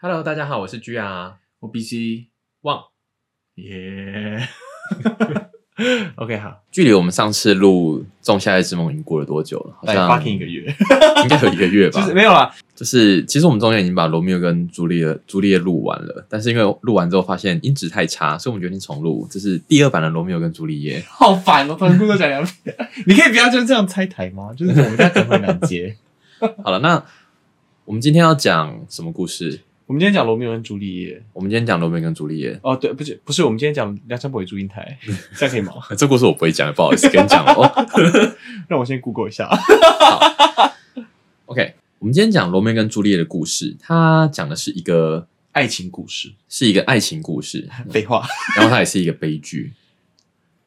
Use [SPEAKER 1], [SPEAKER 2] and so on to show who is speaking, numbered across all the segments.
[SPEAKER 1] Hello，大家好，我是 G R
[SPEAKER 2] 我 B C
[SPEAKER 1] 旺。
[SPEAKER 2] 耶 ，OK 好，
[SPEAKER 3] 距离我们上次录《仲夏夜之梦》已经过了多久了？好
[SPEAKER 2] 来
[SPEAKER 1] 哎
[SPEAKER 3] 像
[SPEAKER 2] fucking 一个月，
[SPEAKER 3] 应该有一个月吧。
[SPEAKER 2] 就是没有啦，
[SPEAKER 3] 就是其实我们中间已经把罗密欧跟朱丽叶朱丽叶录完了，但是因为录完之后发现音质太差，所以我们决定重录，这是第二版的罗密欧跟朱 丽叶。
[SPEAKER 2] 好烦哦，反复都讲两遍。 你可以不要就这样拆台吗？就是我们大家可能会难 接。
[SPEAKER 3] 好了，那我们今天要讲什么故事？
[SPEAKER 2] 我们今天讲罗密欧跟朱丽叶，
[SPEAKER 3] 我们今天讲罗密欧跟朱丽叶。
[SPEAKER 2] 哦，对，不是不是，我们今天讲梁山伯与祝英 台，这样可以吗？
[SPEAKER 3] 呃这故事我不会讲，不好意思跟你 讲哦。
[SPEAKER 2] 让我先 Google 一 下。
[SPEAKER 3] OK，我们今天讲罗密欧跟朱丽叶的故事，它讲的是一个
[SPEAKER 2] 爱情故事，
[SPEAKER 3] 是一个爱情故事，
[SPEAKER 2] 废话。
[SPEAKER 3] 然后它也是一个悲剧。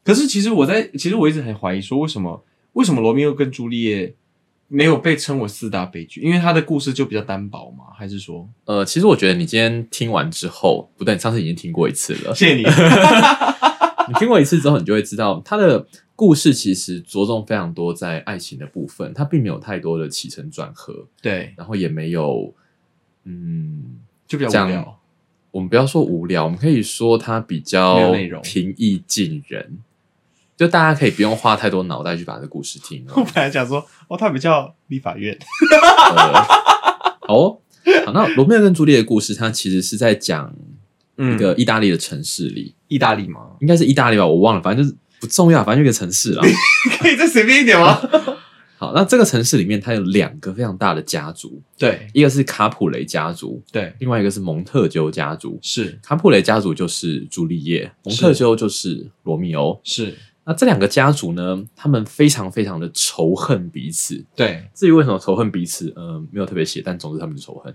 [SPEAKER 2] 可是其实我在，其实我一直很怀疑说，为什么为什么罗密欧跟朱丽叶没有被称为四大悲剧？因为他的故事就比较单薄嘛，还是说？
[SPEAKER 3] 呃，其实我觉得你今天听完之后，不对，你上次已经听过一次了。
[SPEAKER 2] 谢谢你。
[SPEAKER 3] 你听过一次之后，你就会知道它的故事其实着重非常多在爱情的部分，它并没有太多的起承转合，
[SPEAKER 2] 对，
[SPEAKER 3] 然后也没有，嗯，
[SPEAKER 2] 就比
[SPEAKER 3] 这
[SPEAKER 2] 较
[SPEAKER 3] 样
[SPEAKER 2] 无聊。
[SPEAKER 3] 我们不要说无聊，我们可以说它比
[SPEAKER 2] 没有
[SPEAKER 3] 较
[SPEAKER 2] 内容
[SPEAKER 3] 平易近人，就大家可以不用花太多脑袋去把这故事听 了
[SPEAKER 2] 我。本来想说，哦，他比较立法院，
[SPEAKER 3] 呃好哦，好，那罗密欧跟朱丽叶的故事，它其实是在讲
[SPEAKER 2] 嗯
[SPEAKER 3] 一个意大利的城市里。
[SPEAKER 2] 意大利吗？
[SPEAKER 3] 应该是意大利吧，我忘了，反正就是不重要，反正就一个城市啦。
[SPEAKER 2] 可以再随便一点吗？
[SPEAKER 3] 好，那这个城市里面它有两个非常大的家族，
[SPEAKER 2] 对
[SPEAKER 3] 一个是卡普雷家族，
[SPEAKER 2] 对，
[SPEAKER 3] 另外一个是蒙特鸠家族。
[SPEAKER 2] 是
[SPEAKER 3] 卡普雷家族就是朱丽叶，蒙特鸠就是罗密欧。
[SPEAKER 2] 是，
[SPEAKER 3] 那这两个家族呢，他们非常非常的仇恨彼此。
[SPEAKER 2] 对，
[SPEAKER 3] 至于为什么仇恨彼此，嗯、没有特别写，但总之他们就仇恨。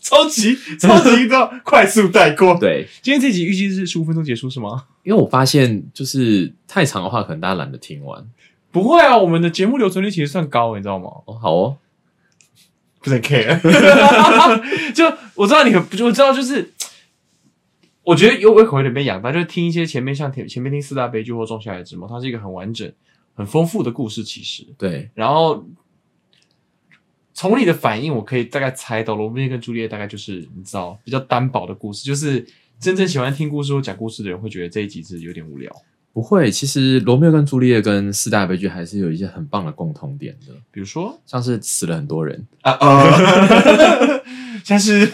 [SPEAKER 2] 超级超级的 快速带过。
[SPEAKER 3] 对，
[SPEAKER 2] 今天这集预计是十五分钟结束是吗？
[SPEAKER 3] 因为我发现就是太长的话，可能大家懒得听完。
[SPEAKER 2] 不会啊，我们的节目留存率其实算高，你知道吗？
[SPEAKER 3] 哦，好哦，
[SPEAKER 2] 不是很 care，就我知道你很，我知道就是，我觉得有我可能有点被养大，就是听一些前面像前前面听四大悲剧或《仲夏夜之梦》，它是一个很完整、很丰富的故事，其实。
[SPEAKER 3] 对，
[SPEAKER 2] 然后从你的反应，我可以大概猜到罗密欧跟朱丽叶大概就是你知道比较单薄的故事，就是真正喜欢听故事或讲故事的人会觉得这一集是有点无聊。
[SPEAKER 3] 不会，其实罗密欧跟朱丽叶跟四大悲剧还是有一些很棒的共同点的，
[SPEAKER 2] 比如说
[SPEAKER 3] 像是死了很多人，
[SPEAKER 2] 啊 呃，像是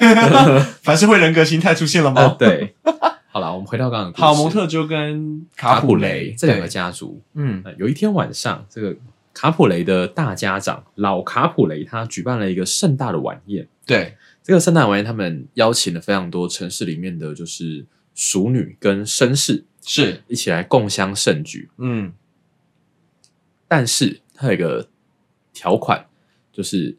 [SPEAKER 2] 凡是会人格形态出现了
[SPEAKER 3] 啊，对。 好了，我们回到刚刚的故事
[SPEAKER 2] 哦好，蒙特鸠跟卡普雷
[SPEAKER 3] 这两个
[SPEAKER 2] 对
[SPEAKER 3] 家族、
[SPEAKER 2] 嗯
[SPEAKER 3] 呃有一天晚上，这个卡普雷的大家长老卡普雷他举办了一个盛大的晚宴。
[SPEAKER 2] 对
[SPEAKER 3] 这个盛大的晚宴，他们邀请了非常多城市里面的就是淑女跟绅士
[SPEAKER 2] 是
[SPEAKER 3] 一起来共襄盛举。
[SPEAKER 2] 嗯
[SPEAKER 3] 但是它有一个条款，就是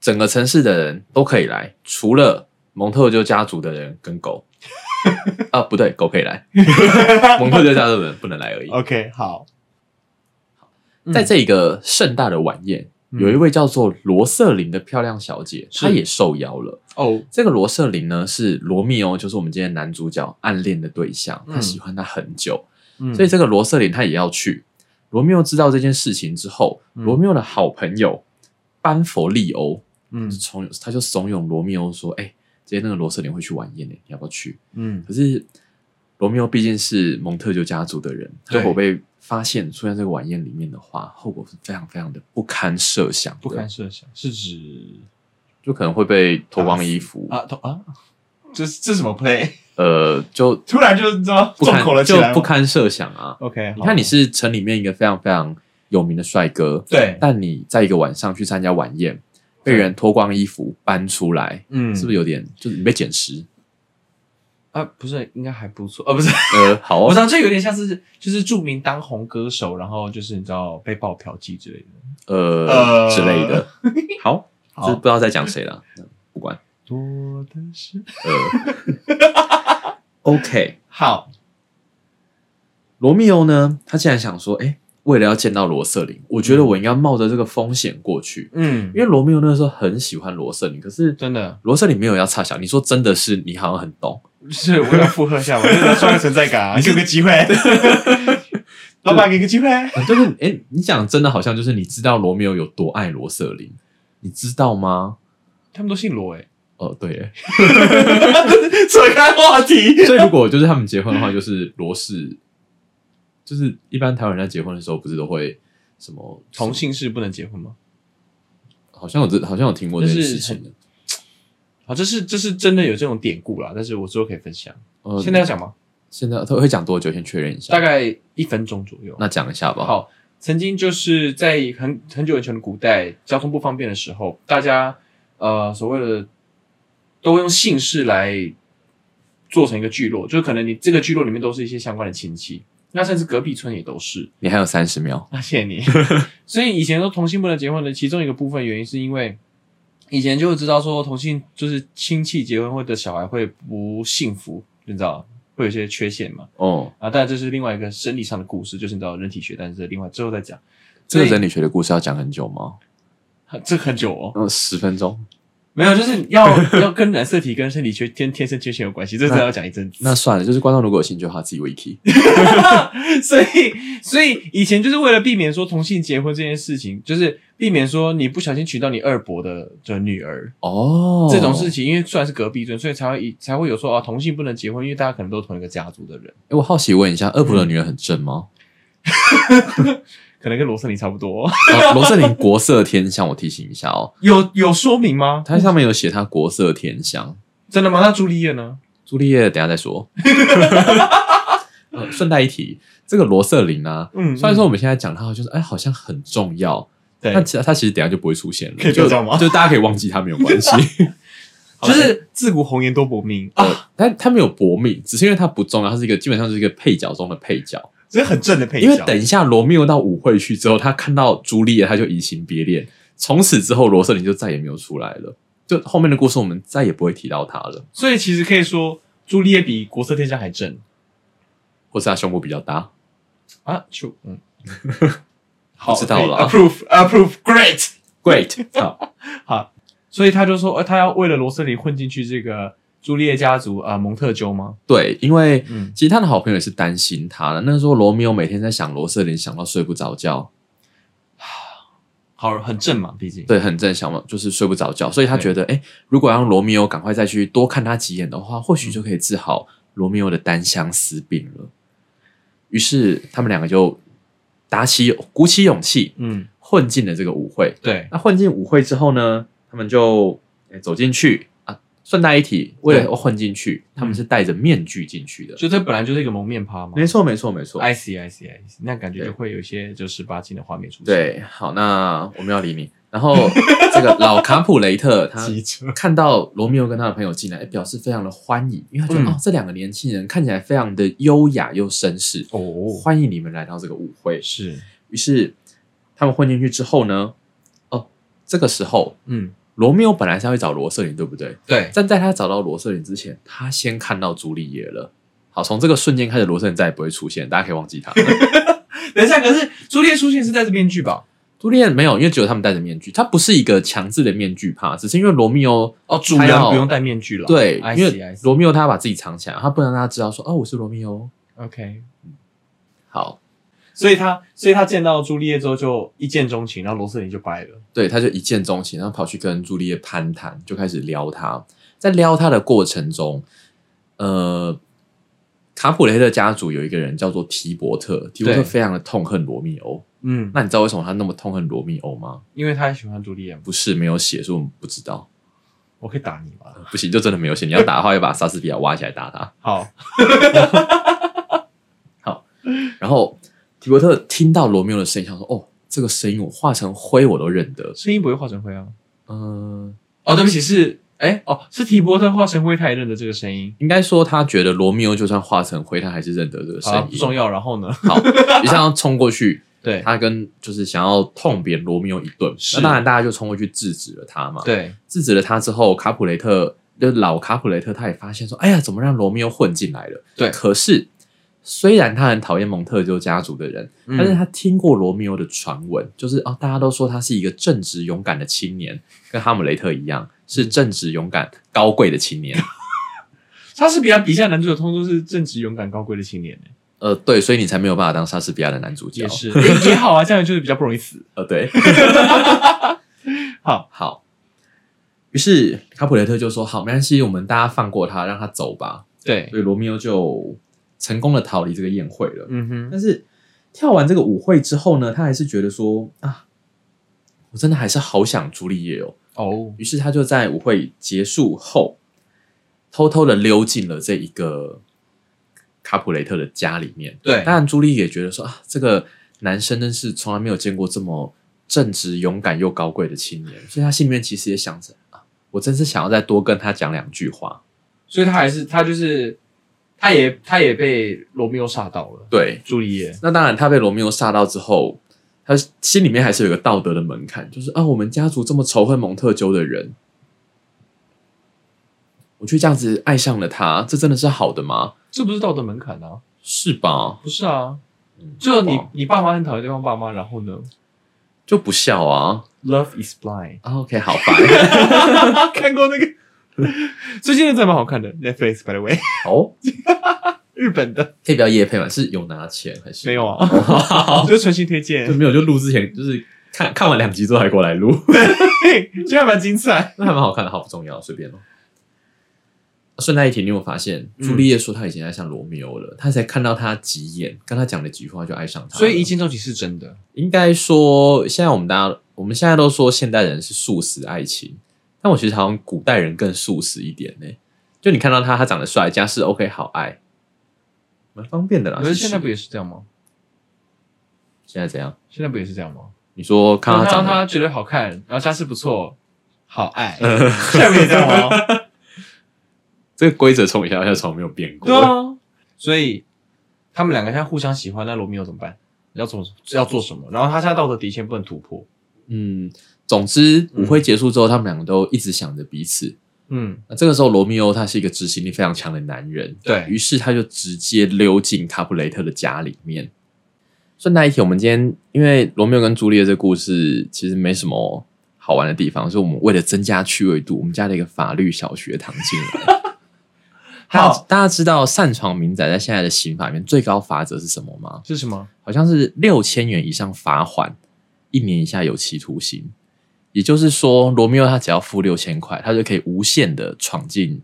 [SPEAKER 3] 整个城市的人都可以来，除了蒙特鸠家族的人跟 狗。啊，不对，狗可以来，蒙特鸠家族的人不能来而已。
[SPEAKER 2] OK 好，嗯
[SPEAKER 3] 在这一个盛大的晚宴，有一
[SPEAKER 2] 嗯
[SPEAKER 3] 位叫做罗瑟琳的漂亮小姐，
[SPEAKER 2] 是
[SPEAKER 3] 她也受邀了。
[SPEAKER 2] 哦
[SPEAKER 3] 这个罗瑟琳呢，是罗密欧，就是我们今天男主角暗恋的对象，他
[SPEAKER 2] 嗯
[SPEAKER 3] 喜欢她很久。
[SPEAKER 2] 嗯
[SPEAKER 3] 所以这个罗瑟琳她也要去。罗密欧知道这件事情之后，
[SPEAKER 2] 嗯
[SPEAKER 3] 罗密欧的好朋友班佛利欧
[SPEAKER 2] 嗯
[SPEAKER 3] 就怂恿，他就怂恿罗密欧说：“哎、今天那个罗瑟琳会去晚宴呢、你要不要去
[SPEAKER 2] 嗯？”
[SPEAKER 3] 可是罗密欧毕竟是蒙特鸠家族的人，他
[SPEAKER 2] 对
[SPEAKER 3] 如果被发现出现在这个晚宴里面的话，后果是非常非常的不堪设想的，
[SPEAKER 2] 不堪设想是指
[SPEAKER 3] 就可能会被脱光衣服，
[SPEAKER 2] 啊头啊这这什么 play？
[SPEAKER 3] 呃，就
[SPEAKER 2] 突然就你知道
[SPEAKER 3] 不堪
[SPEAKER 2] 重口了起
[SPEAKER 3] 就
[SPEAKER 2] 来吗
[SPEAKER 3] 不堪设想啊！
[SPEAKER 2] OK，
[SPEAKER 3] 你
[SPEAKER 2] 好
[SPEAKER 3] 看你是城里面一个非常非常有名的帅哥，
[SPEAKER 2] 对
[SPEAKER 3] 但你在一个晚上去参加晚宴，被人脱光衣服搬出来，
[SPEAKER 2] 嗯
[SPEAKER 3] 是不是有点就是你被捡拾？
[SPEAKER 2] 啊？不是，应该还不错，呃，不是，
[SPEAKER 3] 呃，好
[SPEAKER 2] 我
[SPEAKER 3] 哦
[SPEAKER 2] 知，道这有点像是就是著名当红歌手，然后就是你知道被爆嫖妓之类的。
[SPEAKER 3] 呃
[SPEAKER 2] 呃
[SPEAKER 3] 之类 的。好，
[SPEAKER 2] 好
[SPEAKER 3] 这不知道在讲谁了，嗯不管。
[SPEAKER 2] 多的是
[SPEAKER 3] 呃 ，OK，
[SPEAKER 2] 好，
[SPEAKER 3] 罗密欧呢，他竟然想说，哎、为了要见到罗瑟琳，我觉得我应该冒着这个风险过去，
[SPEAKER 2] 嗯
[SPEAKER 3] 因，为罗密欧那时候很喜欢罗瑟琳，可是
[SPEAKER 2] 真的
[SPEAKER 3] 罗瑟琳没有要插小，你说真的是你好像很懂。
[SPEAKER 2] 是我要附和一下，我要刷个存在感啊，给我个机会， 老板给个机会。
[SPEAKER 3] 呃就是哎、诶你讲真的好像就是你知道罗密欧有多爱罗瑟琳，你知道吗？
[SPEAKER 2] 他们都姓罗诶，欸
[SPEAKER 3] 哦，对耶，
[SPEAKER 2] 扯开话题。
[SPEAKER 3] 所以如果就是他们结婚的话，就是罗氏，就是一般台湾人在结婚的时候，不是都会什么
[SPEAKER 2] 同？性是不能结婚吗？
[SPEAKER 3] 好像我这好像有听过这件事情的。
[SPEAKER 2] 啊，这是这是真的有这种典故啦，但是我之后可以分享。
[SPEAKER 3] 呃
[SPEAKER 2] 现在要讲吗？
[SPEAKER 3] 现在他会讲多久？先确认一下。
[SPEAKER 2] 大概一分钟左右。
[SPEAKER 3] 那讲一下吧。，
[SPEAKER 2] 好，曾经就是在很很久以前的古代，交通不方便的时候，大家呃所谓的都用姓氏来做成一个聚落，就是可能你这个聚落里面都是一些相关的亲戚，那甚至隔壁村也都是。
[SPEAKER 3] 你还有三十秒。
[SPEAKER 2] 那谢谢你。所以以前说同性不能结婚的其中一个部分原因，是因为以前就知道说同性就是亲戚结婚会的小孩会不幸福，你知道会有一些缺陷嘛。
[SPEAKER 3] 哦，
[SPEAKER 2] 啊，当然这是另外一个生理上的故事，就是你知道人体学，但是另外之后再讲。
[SPEAKER 3] 这
[SPEAKER 2] 所
[SPEAKER 3] 个
[SPEAKER 2] 以
[SPEAKER 3] 人理学的故事要讲很久吗？
[SPEAKER 2] 很这很久哦，
[SPEAKER 3] 嗯，十分钟。
[SPEAKER 2] 没有，就是要要跟染色体跟生理缺天天生缺陷有关系，这真的要讲一阵子。
[SPEAKER 3] 那算了，就是观众如果有兴趣的话，自己 wiki。
[SPEAKER 2] 所以所以以前就是为了避免说同性结婚这件事情，就是避免说你不小心娶到你二伯的的女儿，
[SPEAKER 3] 哦，
[SPEAKER 2] 这种事情，因为虽然是隔壁村，所以才会以才会有说啊，同性不能结婚，因为大家可能都是同一个家族的人，
[SPEAKER 3] 诶我好奇问一下，恶婆的女人很正吗？
[SPEAKER 2] 可能跟罗森林差不多。
[SPEAKER 3] 哦罗、瑟琳国色天香，我提醒一下哦，
[SPEAKER 2] 有有说明吗？
[SPEAKER 3] 它上面有写她国色天香。
[SPEAKER 2] 真的吗？那朱丽叶呢？
[SPEAKER 3] 朱丽叶，等一下再说。 呃，顺带一提，这个罗瑟琳啊，
[SPEAKER 2] 嗯
[SPEAKER 3] 虽然说我们现在讲它，就是哎，好像很重要，
[SPEAKER 2] 对
[SPEAKER 3] 但其实它其实等一下就不会出现了，
[SPEAKER 2] 可以
[SPEAKER 3] 就
[SPEAKER 2] 不要讲吗
[SPEAKER 3] 就大家可以忘记它没有关 系
[SPEAKER 2] 就是自古红颜多薄命啊，
[SPEAKER 3] 啊。但它没有薄命，只是因为它不重要，它是一个基本上是一个配角中的配角。
[SPEAKER 2] 这是很正的配角。
[SPEAKER 3] 因为等一下罗密欧到舞会去之后，他看到朱丽叶，他就移情别恋。从此之后，罗瑟琳就再也没有出来了。就后面的故事，我们再也不会提到她了，
[SPEAKER 2] 所以其实可以说朱丽叶比国色天香还正
[SPEAKER 3] 或是她胸部比较大。
[SPEAKER 2] 啊。就嗯， 好
[SPEAKER 3] 不知道了啊
[SPEAKER 2] Approve approve great。
[SPEAKER 3] Great，好，
[SPEAKER 2] 所以他就说，呃，他要为了罗森林混进去这个朱丽叶家族啊、呃蒙特鸠吗？
[SPEAKER 3] 对，因为
[SPEAKER 2] 嗯，
[SPEAKER 3] 其实他的好朋友也是担心他的。那时候罗密欧每天在想罗瑟琳，想到睡不着觉，
[SPEAKER 2] 好，很正嘛，毕竟。
[SPEAKER 3] 对，很正想嘛，就是睡不着觉，所以他觉得，哎，如果让罗密欧赶快再去多看他几眼的话，或许就可以治好罗密欧的单相思病了。于是他们两个就打起鼓起勇气，
[SPEAKER 2] 嗯，
[SPEAKER 3] 混进了这个舞会。
[SPEAKER 2] 对，
[SPEAKER 3] 那混进舞会之后呢，他们就、诶走进去啊。顺带一提，为了
[SPEAKER 2] 对
[SPEAKER 3] 混进去，他们是戴着面具进去的。哎
[SPEAKER 2] 就这本来就是一个蒙面趴嘛。
[SPEAKER 3] 嗯没错，没错，没错。
[SPEAKER 2] I C I C I C，那感觉
[SPEAKER 3] 对
[SPEAKER 2] 就会有一些就十八禁的画面出现。，
[SPEAKER 3] 对，好，那我们要理你。然后这个老卡普雷特他
[SPEAKER 2] 机车
[SPEAKER 3] 看到罗密欧跟他的朋友进来，诶哎表示非常的欢迎，因为他觉得、
[SPEAKER 2] 嗯
[SPEAKER 3] 哦，这两个年轻人看起来非常的优雅又绅士，
[SPEAKER 2] 哦，
[SPEAKER 3] 欢迎你们来到这个舞会。
[SPEAKER 2] 是，
[SPEAKER 3] 于是他们混进去之后呢，哦，这个时候
[SPEAKER 2] 嗯，
[SPEAKER 3] 罗密欧本来是要去找罗瑟琳，对不对？
[SPEAKER 2] 对，
[SPEAKER 3] 但在他找到罗瑟琳之前，他先看到朱丽叶了。好，从这个瞬间开始，罗瑟琳再也不会出现，大家可以忘记 他。
[SPEAKER 2] 等一下，可是朱丽叶出现是戴着面具吧？
[SPEAKER 3] 朱丽叶没有，因为只有他们戴着面具，他不是一个强制的面具怕，只是因为罗密欧
[SPEAKER 2] 哦，主
[SPEAKER 3] 还
[SPEAKER 2] 人
[SPEAKER 3] 好
[SPEAKER 2] 不用戴面具了。
[SPEAKER 3] 对，
[SPEAKER 2] I
[SPEAKER 3] 因
[SPEAKER 2] C
[SPEAKER 3] 为
[SPEAKER 2] I C，
[SPEAKER 3] 罗密欧他要把自己藏起来，他不能让大家知道说哦，我是罗密欧。
[SPEAKER 2] OK，
[SPEAKER 3] 好，
[SPEAKER 2] 所以他所以他见到朱丽叶之后就一见钟情，然后罗斯林就掰了。
[SPEAKER 3] 对，他就一见钟情，然后跑去跟朱丽叶攀谈，就开始撩她。在撩她的过程中，呃，卡普雷特家族有一个人叫做提伯特，提伯特
[SPEAKER 2] 对
[SPEAKER 3] 非常的痛恨罗密欧。
[SPEAKER 2] 嗯，
[SPEAKER 3] 那你知道为什么他那么痛恨罗密欧吗？
[SPEAKER 2] 因为他也喜欢朱丽叶嘛，
[SPEAKER 3] 不是没有写，是我们不知道。
[SPEAKER 2] 我可以打你吗？
[SPEAKER 3] 不行，就真的没有写。你要打的话，要把莎士比亚挖起来打他。
[SPEAKER 2] 好，
[SPEAKER 3] 然后提伯特听到罗密欧的声音，想说：“哦，这个声音我化成灰我都认得。
[SPEAKER 2] 声音不会化成灰啊。
[SPEAKER 3] 嗯，
[SPEAKER 2] 哦，对不起，是哎，哦，是提伯特化成灰，他也认得这个声音。
[SPEAKER 3] 应该说他觉得罗密欧就算化成灰，他还是认得这个声
[SPEAKER 2] 好啊，不
[SPEAKER 3] 音。
[SPEAKER 2] 重要。然后呢？
[SPEAKER 3] 好，于是他冲过去，
[SPEAKER 2] 对
[SPEAKER 3] 他跟就是想要痛扁罗密欧一顿。
[SPEAKER 2] 是
[SPEAKER 3] 那当然，大家就冲过去制止了他嘛。，
[SPEAKER 2] 对，
[SPEAKER 3] 制止了他之后，卡普雷特就是老卡普雷特，他也发现说：“哎呀，怎么让罗密欧混进来了？”
[SPEAKER 2] 对
[SPEAKER 3] 可是虽然他很讨厌蒙特鸠家族的人，但是
[SPEAKER 2] 嗯
[SPEAKER 3] 他听过罗密欧的传闻，就是哦，大家都说他是一个正直勇敢的青年，跟哈姆雷特一样，是
[SPEAKER 2] 嗯
[SPEAKER 3] 正直勇敢高贵的青年。
[SPEAKER 2] 莎士比亚笔下男主角通通是正直、勇敢、高贵的青年、欸，
[SPEAKER 3] 呃，对，所以你才没有办法当莎士比亚的男主角。呃
[SPEAKER 2] 也是、欸也好啊，这样就是比较不容易死。
[SPEAKER 3] 呃，对，
[SPEAKER 2] 好，
[SPEAKER 3] 好。于是卡普雷特就说：“好，没关系，我们大家放过他，让他走吧。”
[SPEAKER 2] 对，
[SPEAKER 3] 所以罗密欧就成功的逃离这个宴会了。
[SPEAKER 2] 嗯哼，
[SPEAKER 3] 但是跳完这个舞会之后呢，他还是觉得说啊，我真的还是好想朱丽叶哦。
[SPEAKER 2] 哦，
[SPEAKER 3] 于是他就在舞会结束后，偷偷的溜进了这一个卡普雷特的家里面。
[SPEAKER 2] 对
[SPEAKER 3] 当然朱莉也觉得说啊，这个男生真是从来没有见过这么正直、勇敢又高贵的青年，所以他心里面其实也想着啊，我真是想要再多跟他讲两句话。
[SPEAKER 2] 所以他还是他就是，他也他也被罗密欧吓到了，
[SPEAKER 3] 对，
[SPEAKER 2] 朱丽叶，
[SPEAKER 3] 那当然他被罗密欧吓到之后。他心里面还是有一个道德的门槛，就是啊，我们家族这么仇恨蒙特鸠的人，我却这样子爱上了他，这真的是好的吗？
[SPEAKER 2] 这不是道德门槛啊，
[SPEAKER 3] 是吧？
[SPEAKER 2] 不是啊，
[SPEAKER 3] 嗯
[SPEAKER 2] 就你
[SPEAKER 3] 好
[SPEAKER 2] 你爸妈很讨厌对方爸妈，然后呢
[SPEAKER 3] 就不笑啊。
[SPEAKER 2] ，Love is blind，
[SPEAKER 3] 啊 OK，好 烦
[SPEAKER 2] 看过那个， 最近那真的蛮好看的，Netflix by the way，
[SPEAKER 3] 哦。
[SPEAKER 2] 日本的
[SPEAKER 3] 可以不要夜配吗？是有拿钱还是
[SPEAKER 2] 没有啊， 就是纯心推荐
[SPEAKER 3] 就， 没有？就录之前就是看看完两集之后还过来录，
[SPEAKER 2] 嘿，这还蛮精彩，
[SPEAKER 3] 那还蛮好看的。好不重要，随便咯。 顺带一提，你有没有发现
[SPEAKER 2] 嗯
[SPEAKER 3] 朱丽叶说她以前爱上罗密欧了？她才看到他几眼，跟他讲了几句话就爱上他了。
[SPEAKER 2] 所以一见钟情是真的，
[SPEAKER 3] 应该说，现在我们大家我们现在都说现代人是素食爱情，但我其实好像古代人更素食一点呢、就你看到他，他长得帅，家世 OK，好爱，蛮方便的啦。
[SPEAKER 2] 可啊是现在
[SPEAKER 3] 其
[SPEAKER 2] 不
[SPEAKER 3] 实
[SPEAKER 2] 也是这样吗？
[SPEAKER 3] 现在怎样？
[SPEAKER 2] 现在不也是这样吗？
[SPEAKER 3] 你说看到
[SPEAKER 2] 看
[SPEAKER 3] 他
[SPEAKER 2] 到
[SPEAKER 3] 长得
[SPEAKER 2] 他觉得好看，然后家世不错，好 爱，现在不也这样吗？
[SPEAKER 3] 这个规则从以前到现在从来没有变过。
[SPEAKER 2] 对啊，所以他们两个现在互相喜欢，那罗密欧怎么办？要怎么要做什么？然后他现在道德底线不能突破。
[SPEAKER 3] 嗯，总之舞会结束之后，他们两个都一直想着彼此。
[SPEAKER 2] 嗯，
[SPEAKER 3] 那这个时候，罗密欧他是一个执行力非常强的男人，
[SPEAKER 2] 对，
[SPEAKER 3] 于是他就直接溜进卡普雷特的家里面。顺带一提，我们今天因为罗密欧跟朱丽叶这故事其实没什么好玩的地方，所以我们为了增加趣味度，我们加了一个法律小学堂进来。大家
[SPEAKER 2] 好
[SPEAKER 3] 大家知道擅闯民宅在现在的刑法里面最高罚则是什么吗？
[SPEAKER 2] 是什么？
[SPEAKER 3] 好像是六千元以上罚款，一年以下有期徒刑。也就是说，罗密欧他只要付六千块，他就可以无限的闯进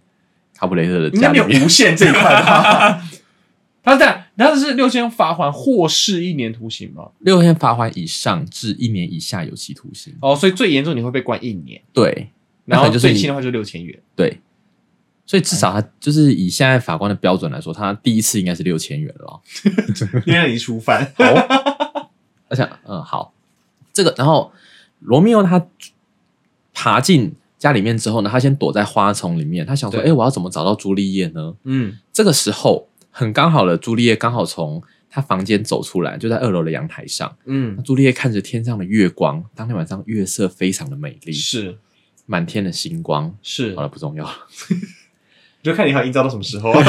[SPEAKER 3] 卡普雷特的
[SPEAKER 2] 应该
[SPEAKER 3] 家
[SPEAKER 2] 没
[SPEAKER 3] 里
[SPEAKER 2] 有
[SPEAKER 3] 面。
[SPEAKER 2] 无限这一块 吧？他这样，他是六千罚款或是一年徒刑吗？
[SPEAKER 3] 六千罚款以上至一年以下有期徒刑。
[SPEAKER 2] 哦，所以最严重你会被关一年，
[SPEAKER 3] 对那
[SPEAKER 2] 然
[SPEAKER 3] 可
[SPEAKER 2] 后
[SPEAKER 3] 能就是
[SPEAKER 2] 最
[SPEAKER 3] 你
[SPEAKER 2] 轻的话就六千元。
[SPEAKER 3] 对，所以至少他就是以现在法官的标准来说，他第一次应该是六千元了。
[SPEAKER 2] 因为你初犯，
[SPEAKER 3] 好，而且嗯好，这个然后罗密欧他爬进家里面之后呢，他先躲在花丛里面，他想说，哎、
[SPEAKER 2] 对
[SPEAKER 3] 我要怎么找到朱丽叶呢？
[SPEAKER 2] 嗯，
[SPEAKER 3] 这个时候很刚好了，朱丽叶刚好从他房间走出来，就在二楼的阳台上。那
[SPEAKER 2] 嗯，
[SPEAKER 3] 朱丽叶看着天上的月光，当天晚上月色非常的美丽，
[SPEAKER 2] 是
[SPEAKER 3] 满天的星光。
[SPEAKER 2] 是
[SPEAKER 3] 好，了，不重要。
[SPEAKER 2] 就看你还营造到什么时候。啊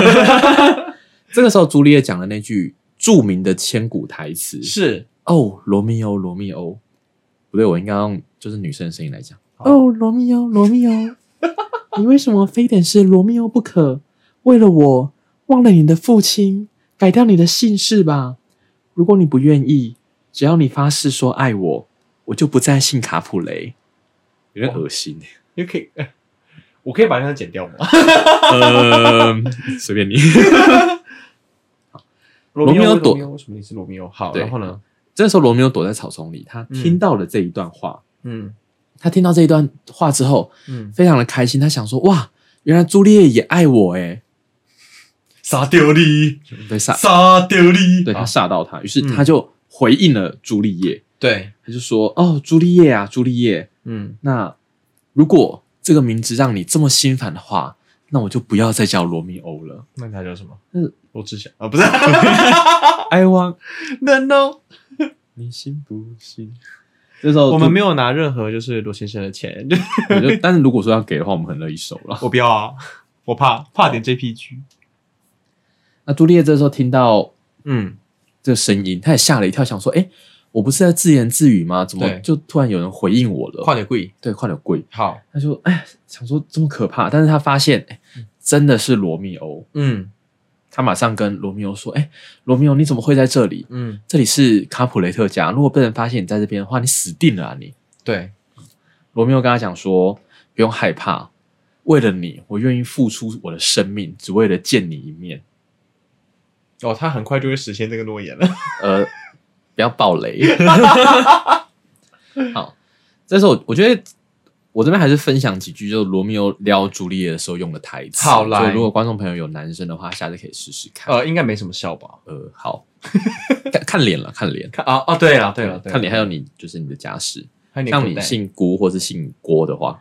[SPEAKER 3] 这个时候，朱丽叶讲了那句著名的千古台词：“
[SPEAKER 2] 是
[SPEAKER 3] 哦，罗密欧，罗密欧。”不对，我应该用就是女生的声音来讲。
[SPEAKER 2] 好
[SPEAKER 3] 哦，罗密欧，罗密欧，你为什么非得是罗密欧不可？为了我，忘了你的父亲，改掉你的姓氏吧。如果你不愿意，只要你发誓说爱我，我就不再姓卡普雷。有点恶心。欸
[SPEAKER 2] 你可以， 我可以把那个剪掉吗？
[SPEAKER 3] 呃，随便你。
[SPEAKER 2] 罗
[SPEAKER 3] 罗
[SPEAKER 2] 密
[SPEAKER 3] 密欧
[SPEAKER 2] 欧，
[SPEAKER 3] 躲
[SPEAKER 2] 罗密欧，为什么你是罗密欧？好，
[SPEAKER 3] 对
[SPEAKER 2] 然后呢？
[SPEAKER 3] 这时候罗密欧躲在草丛里，他听到了这一段话。
[SPEAKER 2] 嗯
[SPEAKER 3] 他听到这一段话之后，
[SPEAKER 2] 嗯，
[SPEAKER 3] 非常的开心。他想说：“哇，原来朱丽叶也爱我哎
[SPEAKER 2] 杀掉你，！”
[SPEAKER 3] 被吓，
[SPEAKER 2] 杀掉你
[SPEAKER 3] 对
[SPEAKER 2] 好
[SPEAKER 3] 他吓到他，于是
[SPEAKER 2] 嗯
[SPEAKER 3] 他就回应了朱丽叶，
[SPEAKER 2] 对，
[SPEAKER 3] 他就说：“哦，朱丽叶啊，朱丽叶，
[SPEAKER 2] 嗯，
[SPEAKER 3] 那如果这个名字让你这么心烦的话，那我就不要再叫罗密欧了。
[SPEAKER 2] 那他叫什么？
[SPEAKER 3] 嗯，
[SPEAKER 2] 罗志祥啊，不是
[SPEAKER 3] I want
[SPEAKER 2] ，No No，
[SPEAKER 3] 你信不信？”这时候
[SPEAKER 2] 我们没
[SPEAKER 3] 有，
[SPEAKER 2] 有拿任何就是罗先生的钱，
[SPEAKER 3] 我就但是如果说要给的话，我们很乐意收了。
[SPEAKER 2] 我不要啊，我怕怕点 JPG。
[SPEAKER 3] 那朱丽叶这时候听到
[SPEAKER 2] 嗯，
[SPEAKER 3] 这个声音，他也吓了一跳，想说：“哎，我不是在自言自语吗？怎么
[SPEAKER 2] 对
[SPEAKER 3] 就突然有人回应我了？”
[SPEAKER 2] 点贵，
[SPEAKER 3] 对，快点跪。
[SPEAKER 2] 好，
[SPEAKER 3] 他就哎，想说这么可怕，但是他发现，哎，真的是罗密欧。
[SPEAKER 2] 嗯
[SPEAKER 3] 他马上跟罗密欧说：“哎，罗密欧，你怎么会在这里？
[SPEAKER 2] 嗯，
[SPEAKER 3] 这里是卡普雷特家，如果被人发现你在这边的话，你死定了啊你
[SPEAKER 2] 对，！”
[SPEAKER 3] 罗密欧跟他讲说：“不用害怕，为了你，我愿意付出我的生命，只为了见你一面。
[SPEAKER 2] 哦，他很快就会实现这个诺言了。
[SPEAKER 3] 呃，不要暴雷。 好，但是我我觉得我这边还是分享几句，就是罗密欧撩朱丽叶的时候用的台词。
[SPEAKER 2] 好来
[SPEAKER 3] 就如果观众朋友有男生的话，下次可以试试看。
[SPEAKER 2] 呃，应该没什么效吧？
[SPEAKER 3] 呃，好， 看看脸了，看脸，
[SPEAKER 2] 看啊哦，对了对了对了，
[SPEAKER 3] 看脸，还有你就是你的家世。
[SPEAKER 2] 还有你的
[SPEAKER 3] 像
[SPEAKER 2] 口
[SPEAKER 3] 你
[SPEAKER 2] 袋
[SPEAKER 3] 姓辜或是姓郭的话，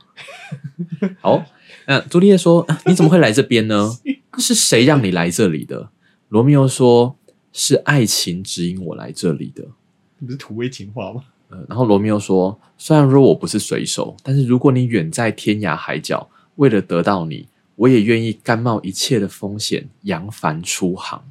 [SPEAKER 3] 好，那朱丽叶说：“啊你怎么会来这边 呢？是谁让你来这里的？”罗密欧说：“是爱情指引我来这里的。
[SPEAKER 2] 你不是土味情话吗？”
[SPEAKER 3] 呃，然后罗密欧说：“虽然说我不是水手，但是如果你远在天涯海角，为了得到你，我也愿意甘冒一切的风险，扬帆出航。”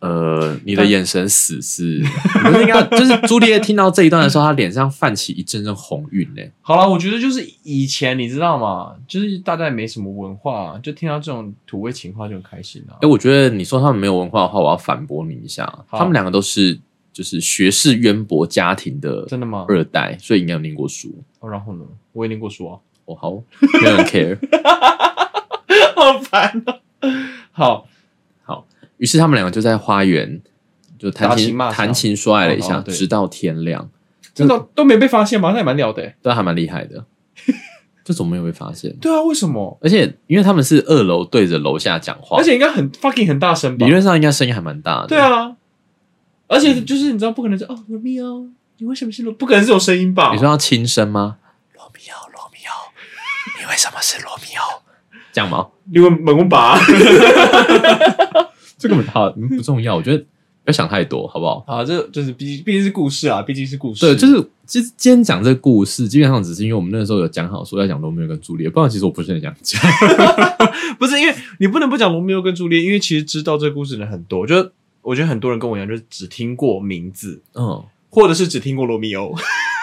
[SPEAKER 3] 呃，你的眼神死是，你不是应该就是朱丽叶听到这一段的时候，她脸上泛起一阵阵红晕呢、
[SPEAKER 2] 好了，我觉得就是以前你知道吗？就是大家也没什么文化，啊就听到这种土味情话就很开心啊
[SPEAKER 3] 哎、。我觉得你说他们没有文化的话，我要反驳你一下。
[SPEAKER 2] 好
[SPEAKER 3] 他们两个都是就是学识渊博家庭的
[SPEAKER 2] 真的吗？
[SPEAKER 3] 二代，所以应该有念过书。
[SPEAKER 2] 哦，然后呢？我也念过书啊，
[SPEAKER 3] 哦，好，没有人 care。
[SPEAKER 2] 好烦啊。 好，
[SPEAKER 3] 于是他们两个就在花园就谈
[SPEAKER 2] 打
[SPEAKER 3] 情
[SPEAKER 2] 情骂俏
[SPEAKER 3] 谈情说爱了一
[SPEAKER 2] 哦
[SPEAKER 3] 下，
[SPEAKER 2] 哦对
[SPEAKER 3] 直到天亮，
[SPEAKER 2] 这都都没被发现吗？那也蛮屌的欸。
[SPEAKER 3] 都还蛮厉害的。 这怎么没有被发现？
[SPEAKER 2] 对啊，为什么？
[SPEAKER 3] 而且因为他们是二楼对着楼下讲话，
[SPEAKER 2] 而且应该很 fucking 很大声吧
[SPEAKER 3] 理？论上应该声音还蛮大的。
[SPEAKER 2] 对，啊，而且就是你知道，不可能是哦，罗密欧，你为什么是罗？不可能是这种声音吧？
[SPEAKER 3] 你说要轻声吗？罗密欧，罗密欧，你为什么是罗密欧？这样吗？
[SPEAKER 2] 你问猛攻啊吧？
[SPEAKER 3] 这个好嗯不重要，我觉得不要想太多，好不好？
[SPEAKER 2] 啊，这就是毕毕竟是故事啊，毕竟是故事。
[SPEAKER 3] 对，就是其实今天讲这个故事，基本上只是因为我们那时候有讲好说要讲罗密欧跟朱丽叶，不然其实我不是很想讲。
[SPEAKER 2] 不是因为你不能不讲罗密欧跟朱丽叶，因为其实知道这个故事的人很多，就是我觉得很多人跟我一样，就是只听过名字，
[SPEAKER 3] 嗯，
[SPEAKER 2] 或者是只听过罗密欧。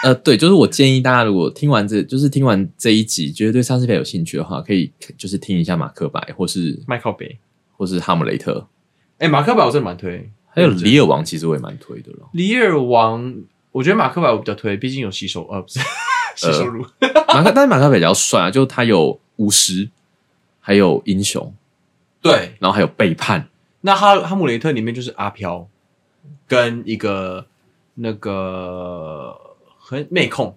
[SPEAKER 3] 呃，对，就是我建议大家，如果听完这，就是听完这一集，觉得对莎士比亚有兴趣的话，可以就是听一下马克白，或是
[SPEAKER 2] 麦靠北，
[SPEAKER 3] 或是哈姆雷特，
[SPEAKER 2] 哎、马克白我真的蛮推，
[SPEAKER 3] 还有李尔王，其实我也蛮推的咯。
[SPEAKER 2] 李尔王，我觉得马克白我比较推，毕竟有吸收呃 不是吸收乳，
[SPEAKER 3] 马克，但是马克白比较帅啊，就他有巫师，还有英雄，
[SPEAKER 2] 对。
[SPEAKER 3] 然后还有背叛。
[SPEAKER 2] 那哈哈姆雷特里面就是阿飘，跟一个那个很妹控，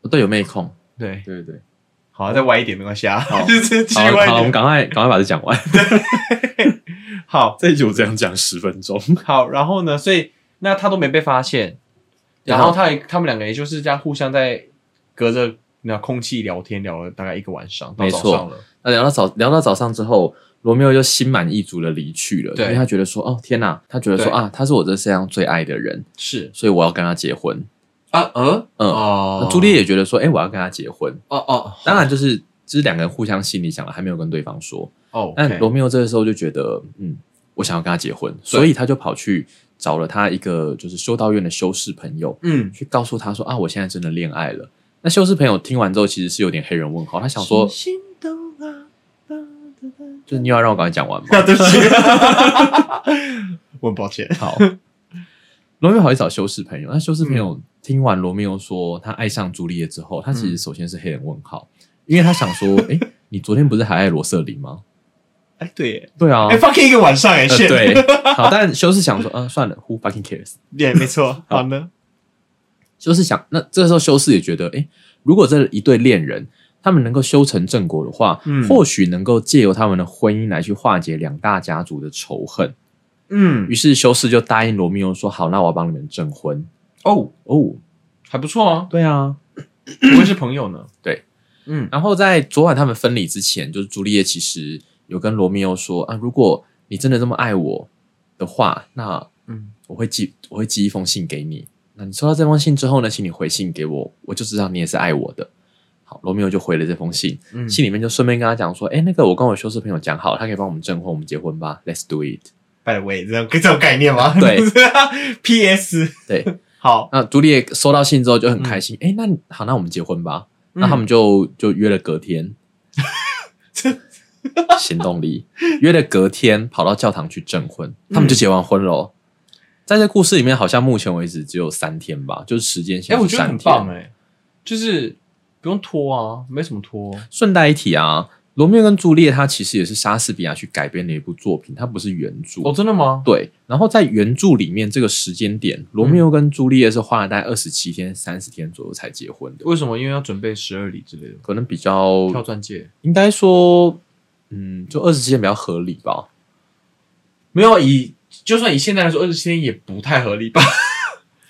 [SPEAKER 3] 哦对，有妹控，
[SPEAKER 2] 对，
[SPEAKER 3] 对对，
[SPEAKER 2] 好、再歪一点没关系啊，
[SPEAKER 3] 好
[SPEAKER 2] 就是 继续
[SPEAKER 3] 好，
[SPEAKER 2] 歪
[SPEAKER 3] 好，我
[SPEAKER 2] 一
[SPEAKER 3] 们
[SPEAKER 2] 点，
[SPEAKER 3] 赶快赶快把这讲完。
[SPEAKER 2] 好
[SPEAKER 3] 这一集我只想讲十分钟。
[SPEAKER 2] 好，然后呢，所以那他都没被发现，然
[SPEAKER 3] 啊
[SPEAKER 2] 后他也他们两个也就是这样互相在隔着那空气聊天，聊了大概一个晚上，到
[SPEAKER 3] 没
[SPEAKER 2] 早
[SPEAKER 3] 错
[SPEAKER 2] 上了，
[SPEAKER 3] 那聊到早聊到早上之后，罗密欧就心满意足的离去了，
[SPEAKER 2] 对
[SPEAKER 3] 因为他觉得说，哦天哪，他觉得说
[SPEAKER 2] 对
[SPEAKER 3] 啊，他是我这世界上最爱的人，
[SPEAKER 2] 是
[SPEAKER 3] 所以我要跟他结婚。
[SPEAKER 2] 啊，呃，
[SPEAKER 3] 嗯
[SPEAKER 2] 哦
[SPEAKER 3] 那，朱丽叶也觉得说，哎、我要跟他结婚。
[SPEAKER 2] 哦哦，
[SPEAKER 3] 当然，就是就是两个人互相心里想了，还没有跟对方说。
[SPEAKER 2] 哦，
[SPEAKER 3] 但罗密欧这个时候就觉得，嗯，我想要跟他结婚，所以他就跑去找了他一个就是修道院的修士朋友，
[SPEAKER 2] 嗯，
[SPEAKER 3] 去告诉他说啊，我现在真的恋爱了。那修士朋友听完之后，其实是有点黑人问号，他想说，
[SPEAKER 2] 心动啊，哒哒哒
[SPEAKER 3] 就是你要让我赶快讲完吗？
[SPEAKER 2] 啊对不起，我很抱歉。
[SPEAKER 3] 好，罗密欧好去找修士朋友。那修士朋友听完罗密欧说他爱上朱丽叶之后，他其实首先是黑人问号，因为他想说，哎、你昨天不是还爱罗瑟琳吗？
[SPEAKER 2] 哎，对耶，
[SPEAKER 3] 对啊，
[SPEAKER 2] 哎，fucking 一个晚上哎，
[SPEAKER 3] 呃
[SPEAKER 2] 是，
[SPEAKER 3] 对，好，但修士想说，嗯、算了，Who fucking cares？
[SPEAKER 2] 对，没错。好呢，
[SPEAKER 3] 修士想，那这个时候修士也觉得，哎、如果这一对恋人他们能够修成正果的话，
[SPEAKER 2] 嗯
[SPEAKER 3] 或许能够借由他们的婚姻来去化解两大家族的仇恨。
[SPEAKER 2] 嗯
[SPEAKER 3] 于，是修士就答应罗密欧说，好，那我要帮你们证婚。
[SPEAKER 2] 哦，
[SPEAKER 3] 哦，
[SPEAKER 2] 还不错啊，
[SPEAKER 3] 对啊，
[SPEAKER 2] 不会是朋友呢。
[SPEAKER 3] 对，
[SPEAKER 2] 嗯，
[SPEAKER 3] 然后在昨晚他们分离之前，就是朱丽叶其实有跟罗密欧说啊，如果你真的这么爱我的话，那
[SPEAKER 2] 嗯
[SPEAKER 3] 我会寄我会寄一封信给你。那你收到这封信之后呢，请你回信给我，我就知道你也是爱我的。好，罗密欧就回了这封信，
[SPEAKER 2] 嗯，
[SPEAKER 3] 信里面就顺便跟他讲说，哎，那个我跟我修士朋友讲好，他可以帮我们证婚，我们结婚吧，Let's do it。
[SPEAKER 2] by the way，这样这种概念吗？
[SPEAKER 3] 对
[SPEAKER 2] ，P.S.
[SPEAKER 3] 对，
[SPEAKER 2] 好，
[SPEAKER 3] 那朱丽叶收到信之后就很开心，哎、那你好，那我们结婚吧。那
[SPEAKER 2] 嗯
[SPEAKER 3] 他们就就约了隔 天，行动力约了隔天跑到教堂去证婚，他
[SPEAKER 2] 嗯
[SPEAKER 3] 们就结完婚了哦。在这故事里面，好像目前为止只有三天吧，就是时间
[SPEAKER 2] 哎，
[SPEAKER 3] 线
[SPEAKER 2] 我
[SPEAKER 3] 是
[SPEAKER 2] 觉得
[SPEAKER 3] 三
[SPEAKER 2] 很
[SPEAKER 3] 天。
[SPEAKER 2] 棒哎，就是不用拖啊，没什么拖。
[SPEAKER 3] 顺带一提啊，《罗密欧跟朱丽叶》它其实也是莎士比亚去改编的一部作品，它不是原著。
[SPEAKER 2] 哦，真的吗？
[SPEAKER 3] 对，然后在原著里面，这个时间点，罗密欧
[SPEAKER 2] 嗯
[SPEAKER 3] 跟朱丽叶是花了大概二十七天、三十天左右才结婚的，
[SPEAKER 2] 为什么？因为要准备十二礼之类的，
[SPEAKER 3] 可能比较
[SPEAKER 2] 跳钻戒。
[SPEAKER 3] 应该说，嗯，就二十七天比较合理吧。
[SPEAKER 2] 没有啊以，就算以现在来说，二十七天也不太合理吧？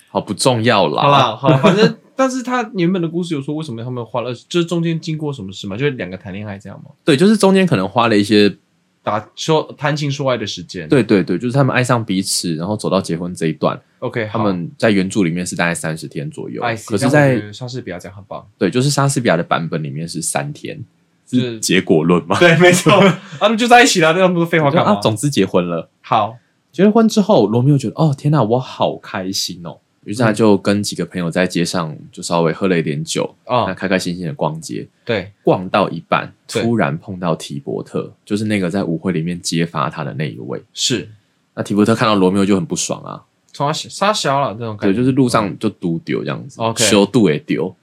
[SPEAKER 3] 好，不重要啦。
[SPEAKER 2] 好 啦，好啦，反正，但是他原本的故事有说为什么他们花了，就是中间经过什么事嘛？就是两个谈恋爱这样嘛，
[SPEAKER 3] 对，就是中间可能花了一些，
[SPEAKER 2] 打说谈情说爱的时间。
[SPEAKER 3] 对对对，就是他们爱上彼此，然后走到结婚这一段，
[SPEAKER 2] ，OK，
[SPEAKER 3] 他
[SPEAKER 2] 好哎
[SPEAKER 3] 们在原著里面是大概三十天左右
[SPEAKER 2] I，see，
[SPEAKER 3] 可是
[SPEAKER 2] 但我
[SPEAKER 3] 在，
[SPEAKER 2] 觉得莎士比亚这样很棒。
[SPEAKER 3] 对，就是莎士比亚的版本里面是三天，
[SPEAKER 2] 就是
[SPEAKER 3] 结果论嘛。
[SPEAKER 2] 对，没错，啊 他们就在一起了，那么多废话
[SPEAKER 3] 就
[SPEAKER 2] 干
[SPEAKER 3] 啊，
[SPEAKER 2] 嘛？
[SPEAKER 3] 总之结婚了。
[SPEAKER 2] 好，
[SPEAKER 3] 结了婚之后，罗密欧觉得哦，天哪，我好开心哦。于是
[SPEAKER 2] 嗯
[SPEAKER 3] 他就跟几个朋友在街上就稍微喝了一点酒，那
[SPEAKER 2] 啊，
[SPEAKER 3] 开开心心的逛街。
[SPEAKER 2] 对，
[SPEAKER 3] 逛到一半，
[SPEAKER 2] 对
[SPEAKER 3] 突然碰到提伯特，就是那个在舞会里面揭发他的那一位。
[SPEAKER 2] 是
[SPEAKER 3] 那提伯特看到罗密欧就很不爽啊，
[SPEAKER 2] 从他小撒小了这种感
[SPEAKER 3] 对，
[SPEAKER 2] 觉，
[SPEAKER 3] 就是路上就丢丢这样子，
[SPEAKER 2] OK
[SPEAKER 3] 修度也丢，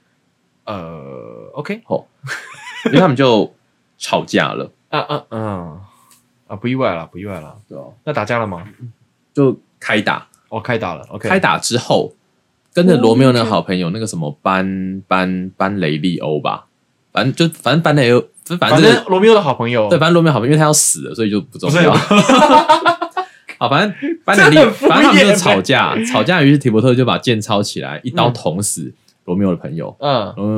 [SPEAKER 2] 呃，OK，
[SPEAKER 3] 因为他们就吵架了，
[SPEAKER 2] 啊啊嗯，啊，不意外了，不意外了。
[SPEAKER 3] 对、
[SPEAKER 2] 那打架了吗？
[SPEAKER 3] 就开打。
[SPEAKER 2] 哦，开打了，OK，
[SPEAKER 3] 开打之后，跟着罗密欧的
[SPEAKER 2] 哦
[SPEAKER 3] 好朋友那个什么班班班雷利欧吧，反正就反正班雷欧，反
[SPEAKER 2] 反
[SPEAKER 3] 正
[SPEAKER 2] 正罗密欧的好朋友，
[SPEAKER 3] 对，，反正罗密欧好朋友，因为他要死了，所以就不重
[SPEAKER 2] 不是
[SPEAKER 3] 要。 好，反正班德利
[SPEAKER 2] 这很，敷衍
[SPEAKER 3] 反正他们就吵架，吵架于是提伯特就把剑抄起来，一刀捅死罗密欧的朋友，
[SPEAKER 2] 嗯
[SPEAKER 3] 然后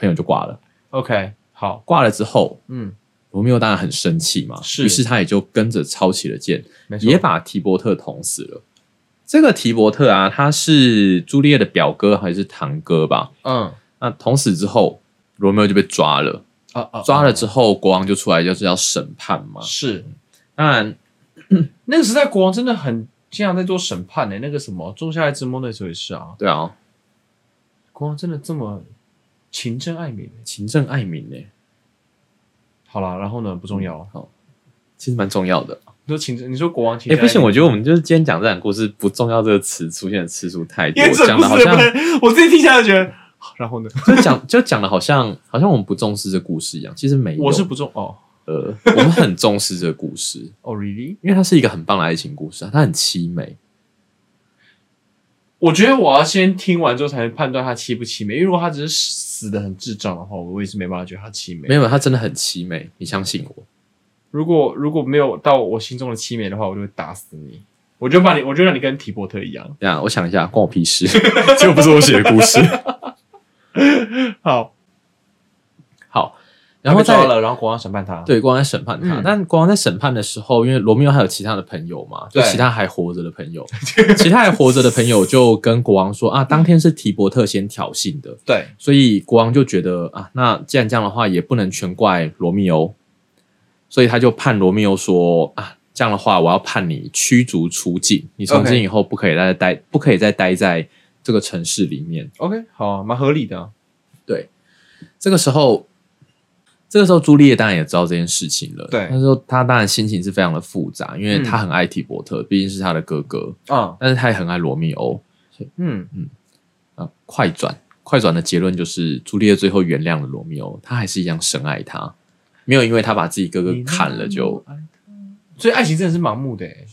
[SPEAKER 3] 朋友就挂了。
[SPEAKER 2] ，OK，好，
[SPEAKER 3] 挂了之后，
[SPEAKER 2] 嗯，
[SPEAKER 3] 罗密欧当然很生气嘛，
[SPEAKER 2] 是
[SPEAKER 3] 于是他也就跟着抄起了剑，
[SPEAKER 2] 没错
[SPEAKER 3] 也，把提伯特捅死了。这个提伯特啊，他是朱丽叶的表哥还是堂哥吧？
[SPEAKER 2] 嗯，
[SPEAKER 3] 那捅死之后，罗密欧就被抓了。
[SPEAKER 2] 啊啊，
[SPEAKER 3] 抓了
[SPEAKER 2] 后
[SPEAKER 3] 之后，国王就出来，就是要审判嘛。
[SPEAKER 2] 是
[SPEAKER 3] 当然，
[SPEAKER 2] 那个时代国王真的很经常在做审判呢、那个什么《仲夏夜之梦》那时候也是啊，
[SPEAKER 3] 对啊，
[SPEAKER 2] 国王真的这么勤政爱民、
[SPEAKER 3] 勤政爱民欸呢、
[SPEAKER 2] 好啦，然后呢，不重要了。
[SPEAKER 3] 其实蛮重要的。
[SPEAKER 2] 你说勤政，你说国王勤
[SPEAKER 3] 哎、
[SPEAKER 2] 政爱
[SPEAKER 3] 不
[SPEAKER 2] 民，
[SPEAKER 3] 行，我觉得我们就是今天讲这两个故事不重要这个词出现的次数太多
[SPEAKER 2] 因为，这
[SPEAKER 3] 讲
[SPEAKER 2] 不
[SPEAKER 3] 的好
[SPEAKER 2] 是
[SPEAKER 3] 像
[SPEAKER 2] 不是，我自己听下来觉得，然后呢，
[SPEAKER 3] 就讲就讲的好像好像我们不重视这故事一样。其实没有，
[SPEAKER 2] 我是不重哦
[SPEAKER 3] 呃，我们很重视这个故事，
[SPEAKER 2] 哦，really？
[SPEAKER 3] 因为它是一个很棒的爱情故事啊，它很凄美。
[SPEAKER 2] 我觉得我要先听完之后才能判断他凄不凄美，因为如果他只是死的很智障的话，我也是没办法觉得他凄美
[SPEAKER 3] 没。有，它真的很凄美，你相信我。
[SPEAKER 2] 如果如果没有到我心中的凄美的话，我就会打死你，我就把你，我就让你跟提伯特一样。
[SPEAKER 3] 这样，我想一下，关我屁 事， 这又不是我写的故事。
[SPEAKER 2] 好，
[SPEAKER 3] 好，然后
[SPEAKER 2] 他被抓
[SPEAKER 3] 再
[SPEAKER 2] 了，然后国王审判他。
[SPEAKER 3] 对国王在审判他，
[SPEAKER 2] 嗯
[SPEAKER 3] 但国王在审判的时候，因为罗密欧还有其他的朋友嘛，就
[SPEAKER 2] 对
[SPEAKER 3] 其他还活着的朋 友，其他还活着的朋友就跟国王说啊，当天是提伯特先挑衅的，
[SPEAKER 2] 对，
[SPEAKER 3] 所以国王就觉得啊，那既然这样的话，也不能全怪罗密欧，所以他就判罗密欧说啊，这样的话，我要判你驱逐出境，你从
[SPEAKER 2] OK
[SPEAKER 3] 今以后不可以再待，不可以再待在这个城市里面。
[SPEAKER 2] OK，好啊、蛮合理的啊、
[SPEAKER 3] 这个时候，这个时候朱丽叶当然也知道这件事情了。
[SPEAKER 2] 对嗯
[SPEAKER 3] 那时候她当然心情是非常的复杂，因为她很爱提伯特，毕竟是她的哥哥，
[SPEAKER 2] 啊，
[SPEAKER 3] 但是她也很爱罗密欧
[SPEAKER 2] 嗯，
[SPEAKER 3] 啊。快转，快转的结论就是朱丽叶最后原谅了罗密欧，她还是一样深爱他，没有因为他把自己哥哥砍了就。嗯
[SPEAKER 2] 所以爱情真的是盲目的欸、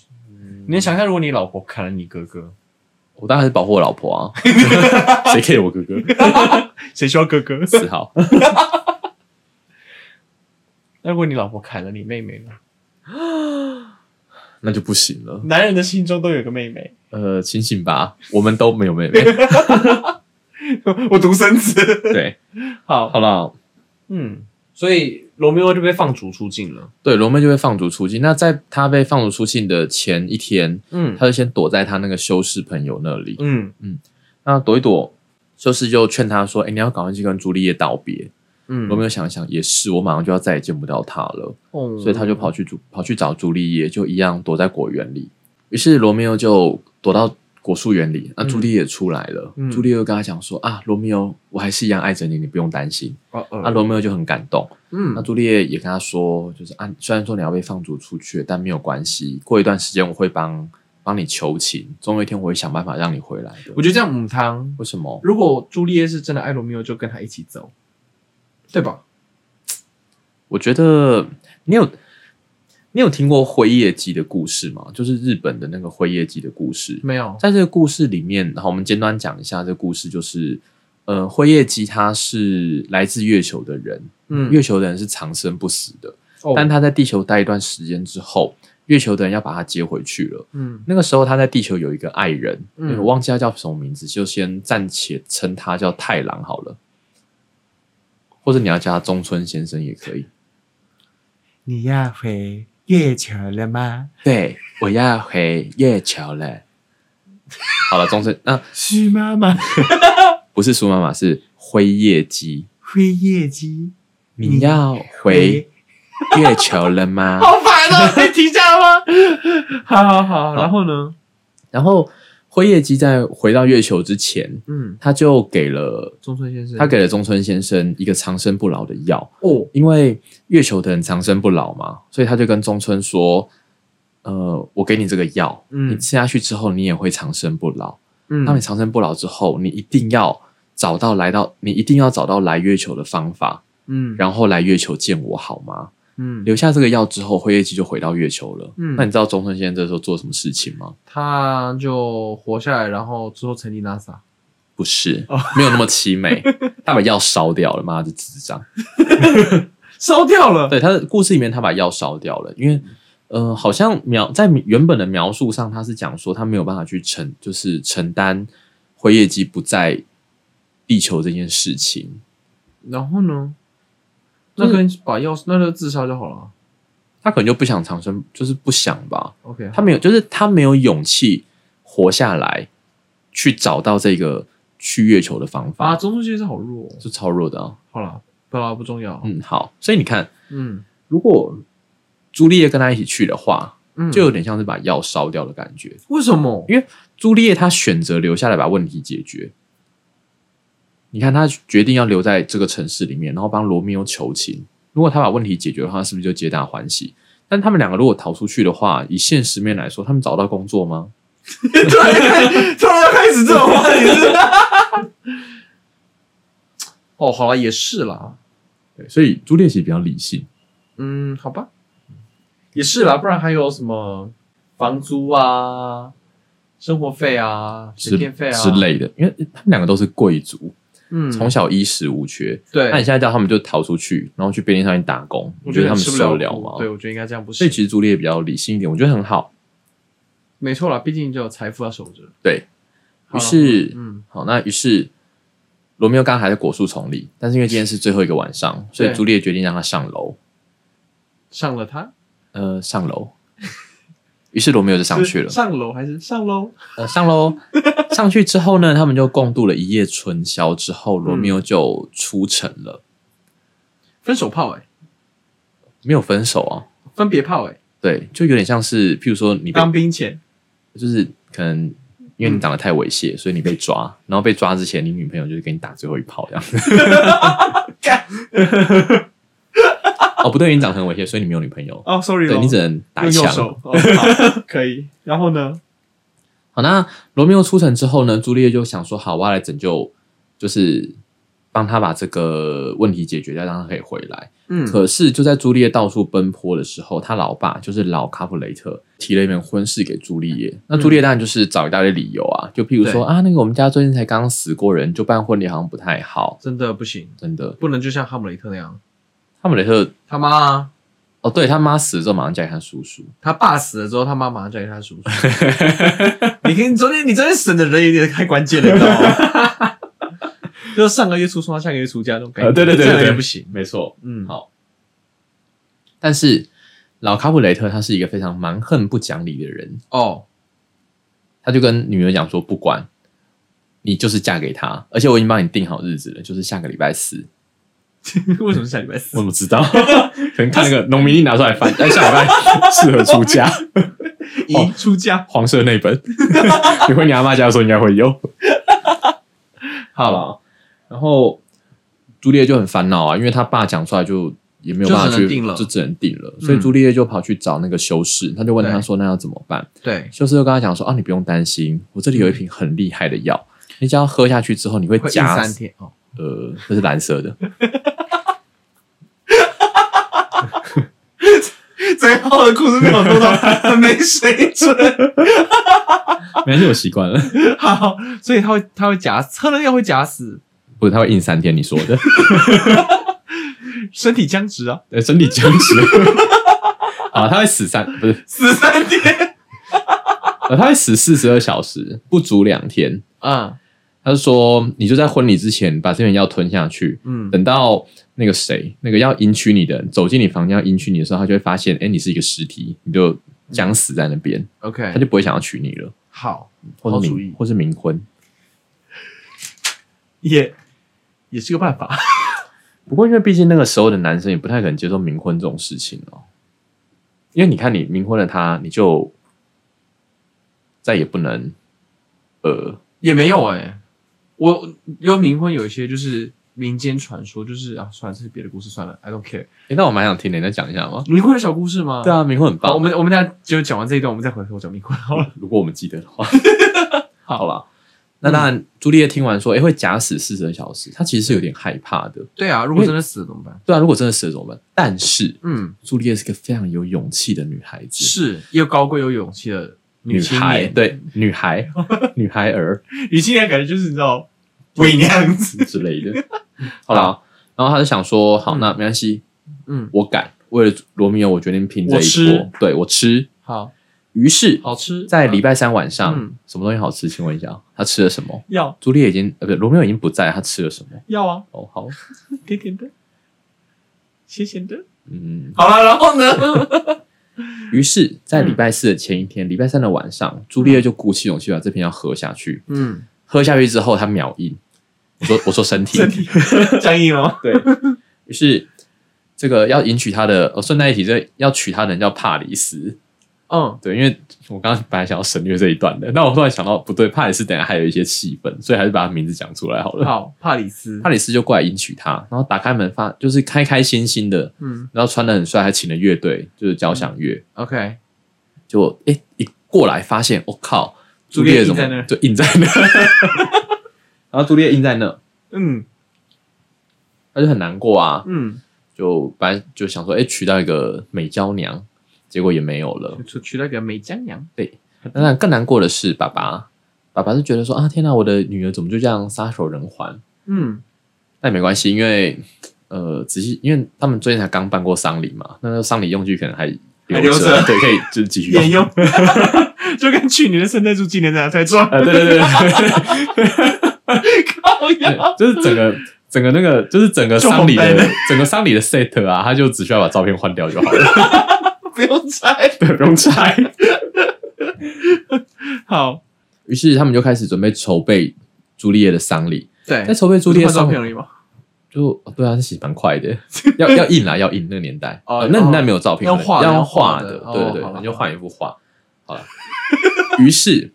[SPEAKER 2] 你能想象，如果你老婆砍了你哥哥，
[SPEAKER 3] 我当然是保护我老婆 啊， 谁 care 我哥哥？
[SPEAKER 2] 谁需要哥哥？
[SPEAKER 3] 四号，
[SPEAKER 2] 那如果你老婆砍了你妹妹呢？
[SPEAKER 3] 那就不行了。
[SPEAKER 2] 男人的心中都有个妹妹，
[SPEAKER 3] 呃，清醒吧，我们都没有妹妹。
[SPEAKER 2] 我独生子。
[SPEAKER 3] 对，
[SPEAKER 2] 好，
[SPEAKER 3] 好了，
[SPEAKER 2] 嗯，所以罗密欧就被放逐出境了。
[SPEAKER 3] 对，罗妹就被放逐出境。那在她被放逐出境的前一天，
[SPEAKER 2] 嗯
[SPEAKER 3] 她就先躲在她那个修士朋友那里。
[SPEAKER 2] 嗯
[SPEAKER 3] 那躲一躲，修士就劝她说：“哎、你要赶快去跟朱丽叶道别。
[SPEAKER 2] 嗯
[SPEAKER 3] 罗妹就想想也是，我马上就要再也见不到她了，所以她就跑去朱跑去找朱丽叶，就一样躲在果园里。于是罗密欧就躲到果树园里，那
[SPEAKER 2] 嗯
[SPEAKER 3] 朱丽叶出来了。
[SPEAKER 2] 嗯
[SPEAKER 3] 朱丽叶就跟她讲说：“啊，罗密欧，我还是一样爱着你，你不用担心。
[SPEAKER 2] 哦哦
[SPEAKER 3] 那罗密欧就很感动。那
[SPEAKER 2] 嗯
[SPEAKER 3] 朱丽叶也跟他说，就是啊，虽然说你要被放逐出去，但没有关系，过一段时间我会帮帮你求情，总有一天我会想办法让你回来的。
[SPEAKER 2] 我觉得这样母汤，
[SPEAKER 3] 为什么？
[SPEAKER 2] 如果朱丽叶是真的爱罗密欧，就跟他一起走。
[SPEAKER 3] 对吧？我觉得你有你有听过辉夜姬的故事吗？就是日本的那个辉夜姬的故事。
[SPEAKER 2] 没有，
[SPEAKER 3] 在这个故事里面，好，我们简短讲一下这个故事，就是呃，辉夜姬他是来自月球的人，
[SPEAKER 2] 嗯，
[SPEAKER 3] 月球的人是长生不死的，
[SPEAKER 2] 哦
[SPEAKER 3] 但他在地球待一段时间之后，月球的人要把他接回去了。
[SPEAKER 2] 嗯
[SPEAKER 3] 那个时候他在地球有一个爱人，
[SPEAKER 2] 嗯
[SPEAKER 3] 我忘记他叫什么名字，就先暂且称他叫太郎好了，或者你要叫他中村先生也可以。
[SPEAKER 2] 你要回月球了吗？
[SPEAKER 3] 对，我要回月球了。好了，中村，那、
[SPEAKER 2] 是妈妈，
[SPEAKER 3] 不是苏妈妈，是灰夜姬。
[SPEAKER 2] 灰夜姬，
[SPEAKER 3] 你要回月球了 吗？
[SPEAKER 2] 好烦哦！可以停下来吗？好好好，然后呢？
[SPEAKER 3] 然后灰夜姬在回到月球之前，
[SPEAKER 2] 嗯，
[SPEAKER 3] 他就给了
[SPEAKER 2] 中村先生，
[SPEAKER 3] 他给了中村先生一个长生不老的药，
[SPEAKER 2] 哦，
[SPEAKER 3] 因为月球的人长生不老嘛，所以他就跟中村说：“呃，我给你这个药，
[SPEAKER 2] 嗯
[SPEAKER 3] 你吃下去之后，你也会长生不老。
[SPEAKER 2] 嗯
[SPEAKER 3] 当你长生不老之后，你一定要找到来到，你一定要找到来月球的方法，
[SPEAKER 2] 嗯
[SPEAKER 3] 然后来月球见我好吗？”
[SPEAKER 2] 嗯，
[SPEAKER 3] 留下这个药之后，辉夜姬就回到月球了。
[SPEAKER 2] 嗯
[SPEAKER 3] 那你知道中村先生这时候做什么事情吗？
[SPEAKER 2] 他就活下来，然后之后成立 NASA。
[SPEAKER 3] 不是，
[SPEAKER 2] 哦
[SPEAKER 3] 没有那么凄 美。他把药烧掉了，妈的智障！
[SPEAKER 2] 烧掉了，
[SPEAKER 3] 对，他的故事里面他把药烧掉了，因
[SPEAKER 2] 嗯
[SPEAKER 3] 为呃，好像描在原本的描述上，他是讲说他没有办法去承，就是承担辉夜姬不在地球这件事情。
[SPEAKER 2] 然后呢？那跟把钥匙，那就自杀就好了。
[SPEAKER 3] 他可能就不想长生，就是不想吧。
[SPEAKER 2] OK，
[SPEAKER 3] 他没有，就是他没有勇气活下来，去找到这个去月球的方法。
[SPEAKER 2] 啊，中村先生好弱哦。
[SPEAKER 3] 是超弱的啊。
[SPEAKER 2] 好了，不啦，不重要。
[SPEAKER 3] 嗯，好，所以你看，
[SPEAKER 2] 嗯
[SPEAKER 3] 如果朱丽叶跟他一起去的话，
[SPEAKER 2] 嗯，
[SPEAKER 3] 就有点像是把药烧掉的感觉。
[SPEAKER 2] 为什么？
[SPEAKER 3] 朱丽叶她选择留下来把问题解决。你看，她决定要留在这个城市里面，然后帮罗密欧求情。如果他把问题解决的话，是不是就皆大欢喜？但他们两个如果逃出去的话，以现实面来说，他们找到工作吗？
[SPEAKER 2] 对，突然开始这种话题是吧。 哦，好了，也是啦。
[SPEAKER 3] 对，所以朱丽叶其实比较理性。
[SPEAKER 2] 嗯，好吧，也是啦，不然还有什么房租啊、生活费啊、水
[SPEAKER 3] 之
[SPEAKER 2] 电费啊
[SPEAKER 3] 之。类的，因为他们两个都是贵族，
[SPEAKER 2] 嗯，
[SPEAKER 3] 从小衣食无缺，那你
[SPEAKER 2] 对，
[SPEAKER 3] 现在叫他们就逃出去，然后去便利商店打工，你
[SPEAKER 2] 我觉
[SPEAKER 3] 觉得
[SPEAKER 2] 得
[SPEAKER 3] 他们
[SPEAKER 2] 吃不
[SPEAKER 3] 受得
[SPEAKER 2] 了
[SPEAKER 3] 了
[SPEAKER 2] 苦
[SPEAKER 3] 吗？
[SPEAKER 2] 对，我觉得应该这样不
[SPEAKER 3] 所
[SPEAKER 2] 行
[SPEAKER 3] 以。其实朱丽叶比较理性一点，我觉得很好。
[SPEAKER 2] 没错啦，毕竟就有财富要守着。
[SPEAKER 3] 对
[SPEAKER 2] 好
[SPEAKER 3] 于
[SPEAKER 2] 啦
[SPEAKER 3] 是，
[SPEAKER 2] 嗯，
[SPEAKER 3] 好，那于是罗密欧刚刚还在果树丛里，但是因为今天是最后一个晚 上，所以
[SPEAKER 2] 对
[SPEAKER 3] 朱丽叶决定让他上楼，
[SPEAKER 2] 上了他
[SPEAKER 3] 呃，上 楼。于是罗密欧就上去了
[SPEAKER 2] 是，上楼还是上楼？
[SPEAKER 3] 呃，上楼，上去之后呢，他们就共度了一夜春宵。之后，罗密欧就出城了，
[SPEAKER 2] 分手炮哎、
[SPEAKER 3] 没有分手啊。
[SPEAKER 2] 分别炮哎、
[SPEAKER 3] 对，就有点像是，譬如说你被
[SPEAKER 2] 当兵前
[SPEAKER 3] 就是可能因为你长得太猥亵，所以你被
[SPEAKER 2] 嗯
[SPEAKER 3] 抓，然后被抓之前，你女朋友就是给你打最后一炮这样。
[SPEAKER 2] 干
[SPEAKER 3] 哦，不对，你长得很猥亵，所以你没有女朋友，
[SPEAKER 2] 哦，sorry
[SPEAKER 3] 对
[SPEAKER 2] 咯
[SPEAKER 3] 你只能打一
[SPEAKER 2] 用右
[SPEAKER 3] 枪。
[SPEAKER 2] 手、哦好可以。然后呢？
[SPEAKER 3] 好，那罗密欧出城之后呢，朱丽叶就想说，好，我要来拯救，就是帮他把这个问题解决掉，让他可以回来。
[SPEAKER 2] 嗯
[SPEAKER 3] 可是就在朱丽叶到处奔波的时候，他老爸就是老卡普雷特提了一门婚事给朱丽叶。那朱丽叶当然就是找一大堆理由啊，就譬如说
[SPEAKER 2] 嗯对
[SPEAKER 3] 啊，那个我们家最近才刚死过人，就办婚礼好像不太好，
[SPEAKER 2] 真的不行，
[SPEAKER 3] 真的。
[SPEAKER 2] 不能就像哈姆雷特那样，
[SPEAKER 3] 哈姆雷特
[SPEAKER 2] 他妈啊，
[SPEAKER 3] 哦，对他妈死了之后马上嫁给他叔叔，
[SPEAKER 2] 他爸死了之后，他妈马上叫给 他叔叔。你跟你昨天你昨天省的人有点太关键了，你知道吗？ 就是上个月出双，下个月出家那种感觉，
[SPEAKER 3] 呃 对对对对对
[SPEAKER 2] 哎这样也不行。
[SPEAKER 3] 没错。
[SPEAKER 2] 嗯，
[SPEAKER 3] 好但是老卡普雷特他是一个非常蛮横不讲理的人，
[SPEAKER 2] 哦，
[SPEAKER 3] 他就跟女儿讲说，不管你就是嫁给他，而且我已经帮你定好日子了，就是下个礼拜四。
[SPEAKER 2] 为什么下礼拜死？
[SPEAKER 3] 我怎么知道？ 可能看那个农民历拿出来翻，哎，下礼 拜适合出家，
[SPEAKER 2] 咦，出家？
[SPEAKER 3] 黄色那 本。你回你阿妈家的时候应该会有。好了，然后朱丽叶就很烦恼啊，因为她爸讲出来就也没有办
[SPEAKER 2] 就
[SPEAKER 3] 法
[SPEAKER 2] 只能
[SPEAKER 3] 去，
[SPEAKER 2] 定了
[SPEAKER 3] 就只能定了。嗯所以朱丽叶就跑去找那个修士，他就问他说：“那要怎么办
[SPEAKER 2] 对？”，
[SPEAKER 3] 修士就跟他讲说：“啊，你不用担心，我这里有一瓶很厉害的药，你只要喝下去之后，你会
[SPEAKER 2] 会硬
[SPEAKER 3] 加
[SPEAKER 2] 三天哦。
[SPEAKER 3] 呃，这是蓝色的，
[SPEAKER 2] 浩的故事内容多到很没水准。
[SPEAKER 3] 没事，我习惯了。
[SPEAKER 2] 好，所以他会他会假死喝了药会假死，
[SPEAKER 3] 不是，他会硬三天。你说的，
[SPEAKER 2] 身体僵直啊，
[SPEAKER 3] 呃，身体僵直。 啊，他会死三，不是，
[SPEAKER 2] 死三天。
[SPEAKER 3] 呃，他会死四十二小时，不足两天。
[SPEAKER 2] 嗯
[SPEAKER 3] 他是说，你就在婚礼之前把这片药吞下去，
[SPEAKER 2] 嗯
[SPEAKER 3] 等到那个谁，那个要迎娶你的人走进你房间要迎娶你的时候，他就会发现，哎、你是一个尸体，你就僵死在那边，他
[SPEAKER 2] ，OK，
[SPEAKER 3] 就不会想要娶你了，
[SPEAKER 2] 好，
[SPEAKER 3] 或
[SPEAKER 2] 好
[SPEAKER 3] 是
[SPEAKER 2] 主
[SPEAKER 3] 冥
[SPEAKER 2] 意
[SPEAKER 3] 或是冥婚。
[SPEAKER 2] 也也是个办法。
[SPEAKER 3] 不过，因为毕竟那个时候的男生也不太可能接受冥婚这种事情哦，因为你看你冥婚了他，你就再也不能呃，
[SPEAKER 2] 也没有哎、我因为冥婚有一些就是民间传说，就是啊，算了，这是别的故事，算了，I don't care。
[SPEAKER 3] 诶那我蛮想听的，你再讲一下 吗？
[SPEAKER 2] 冥婚的小故事吗？
[SPEAKER 3] 对。啊，冥婚很棒
[SPEAKER 2] 好，我。们我们等一下就讲完这一段，我们再回头讲冥婚好了。
[SPEAKER 3] 如果我们记 得的话，好了。那当然，朱丽叶听完说：“哎、会假死四十二小时。”她其实是有点害怕的。
[SPEAKER 2] 对啊，如果真的死了怎么办？
[SPEAKER 3] 对啊，如果真的死了怎么办？但是
[SPEAKER 2] 嗯，
[SPEAKER 3] 朱丽叶是个非常有勇气的女孩子，
[SPEAKER 2] 是又高贵又有勇气的
[SPEAKER 3] 女
[SPEAKER 2] 青
[SPEAKER 3] 孩，
[SPEAKER 2] 年，
[SPEAKER 3] 对，女孩，女孩儿
[SPEAKER 2] 女青年感觉就是你知道鬼娘子。
[SPEAKER 3] 之类的。好了，然后她就想说：“好，那没关系，
[SPEAKER 2] 嗯，
[SPEAKER 3] 我敢。为了罗密欧，我决定拼这
[SPEAKER 2] 我
[SPEAKER 3] 一
[SPEAKER 2] 吃
[SPEAKER 3] 波，对我吃。
[SPEAKER 2] 好”
[SPEAKER 3] 于是，
[SPEAKER 2] 好吃，
[SPEAKER 3] 在礼拜三晚上，
[SPEAKER 2] 嗯
[SPEAKER 3] 什么东西好吃？请问一下，她吃了什么？
[SPEAKER 2] 要
[SPEAKER 3] 朱丽叶已经呃，不，罗密欧已经不在，她吃了什么？
[SPEAKER 2] 要啊，
[SPEAKER 3] 哦，好，
[SPEAKER 2] 甜甜的，咸咸的。
[SPEAKER 3] 嗯，
[SPEAKER 2] 好了，然后呢？
[SPEAKER 3] 于是，在礼拜四的前一天，礼拜三的晚上，朱丽叶就鼓起勇气把这瓶药喝下去。
[SPEAKER 2] 嗯，
[SPEAKER 3] 喝下去之后，她秒硬。我说，我说身体。
[SPEAKER 2] 身体僵硬了吗？
[SPEAKER 3] 对。于是，这个要迎娶她的，哦，顺带一提，这要娶她的人叫帕里斯。
[SPEAKER 2] 嗯，
[SPEAKER 3] 对，因为我刚刚本来想要省略这一段的，但我突然想到不对，帕里斯等一下还有一些气氛，所以还是把他名字讲出来好了。
[SPEAKER 2] 嗯好，帕里斯
[SPEAKER 3] 帕，里斯就过来迎娶她，然后打开门发，就是开开心心的，
[SPEAKER 2] 嗯
[SPEAKER 3] 然后穿的很帅，还请了乐队，就是交响乐。
[SPEAKER 2] ，OK，
[SPEAKER 3] 就哎、诶一过来发现，我、靠，朱
[SPEAKER 2] 朱
[SPEAKER 3] 丽
[SPEAKER 2] 丽
[SPEAKER 3] 叶
[SPEAKER 2] 叶
[SPEAKER 3] 怎
[SPEAKER 2] 印在那
[SPEAKER 3] 么
[SPEAKER 2] 儿
[SPEAKER 3] 就印在那？ 然后朱丽叶印在那，
[SPEAKER 2] 嗯
[SPEAKER 3] 他就很难过啊，
[SPEAKER 2] 嗯，
[SPEAKER 3] 就本来就想说，哎、娶到一个美娇娘，结果也没有了。
[SPEAKER 2] 娶娶到一个美江娘，
[SPEAKER 3] 当然更难过的是爸爸，爸爸就觉得说啊，天哪、我的女儿怎么就这样撒手人寰？
[SPEAKER 2] 嗯
[SPEAKER 3] 但也没关系，因为呃，仔细，因为他们最近才刚办过丧礼嘛，那丧礼用具可能还
[SPEAKER 2] 还
[SPEAKER 3] 留
[SPEAKER 2] 留着
[SPEAKER 3] 对，可以就是继续用
[SPEAKER 2] 沿。用， 就跟去年的圣诞树纪念展才撞
[SPEAKER 3] 啊，对 对对。
[SPEAKER 2] 靠 呀
[SPEAKER 3] 对，哎就是整个整个那个就是整个丧礼
[SPEAKER 2] 就红
[SPEAKER 3] 的
[SPEAKER 2] 白的
[SPEAKER 3] 整个丧礼的 set 啊，他就只需要把照片换掉就好 了，
[SPEAKER 2] 不用猜。
[SPEAKER 3] 对，不用拆。
[SPEAKER 2] 好，
[SPEAKER 3] 于是他们就开始准备筹备朱丽叶的丧礼，
[SPEAKER 2] 对
[SPEAKER 3] 在筹备朱
[SPEAKER 2] 不
[SPEAKER 3] 丽
[SPEAKER 2] 哎是
[SPEAKER 3] 叶
[SPEAKER 2] 换照
[SPEAKER 3] 丧
[SPEAKER 2] 片而
[SPEAKER 3] 礼
[SPEAKER 2] 已嘛，
[SPEAKER 3] 就哦对啊，这其实蛮快的，要要印啊，要印那个年代，
[SPEAKER 2] 哦
[SPEAKER 3] 哦，那那没有照片，
[SPEAKER 2] 要画的
[SPEAKER 3] 要
[SPEAKER 2] 要
[SPEAKER 3] 画
[SPEAKER 2] 画
[SPEAKER 3] 的
[SPEAKER 2] 的，
[SPEAKER 3] 对
[SPEAKER 2] 哦
[SPEAKER 3] 对
[SPEAKER 2] 好
[SPEAKER 3] 对，
[SPEAKER 2] 吧
[SPEAKER 3] 你就换一幅画好了。于是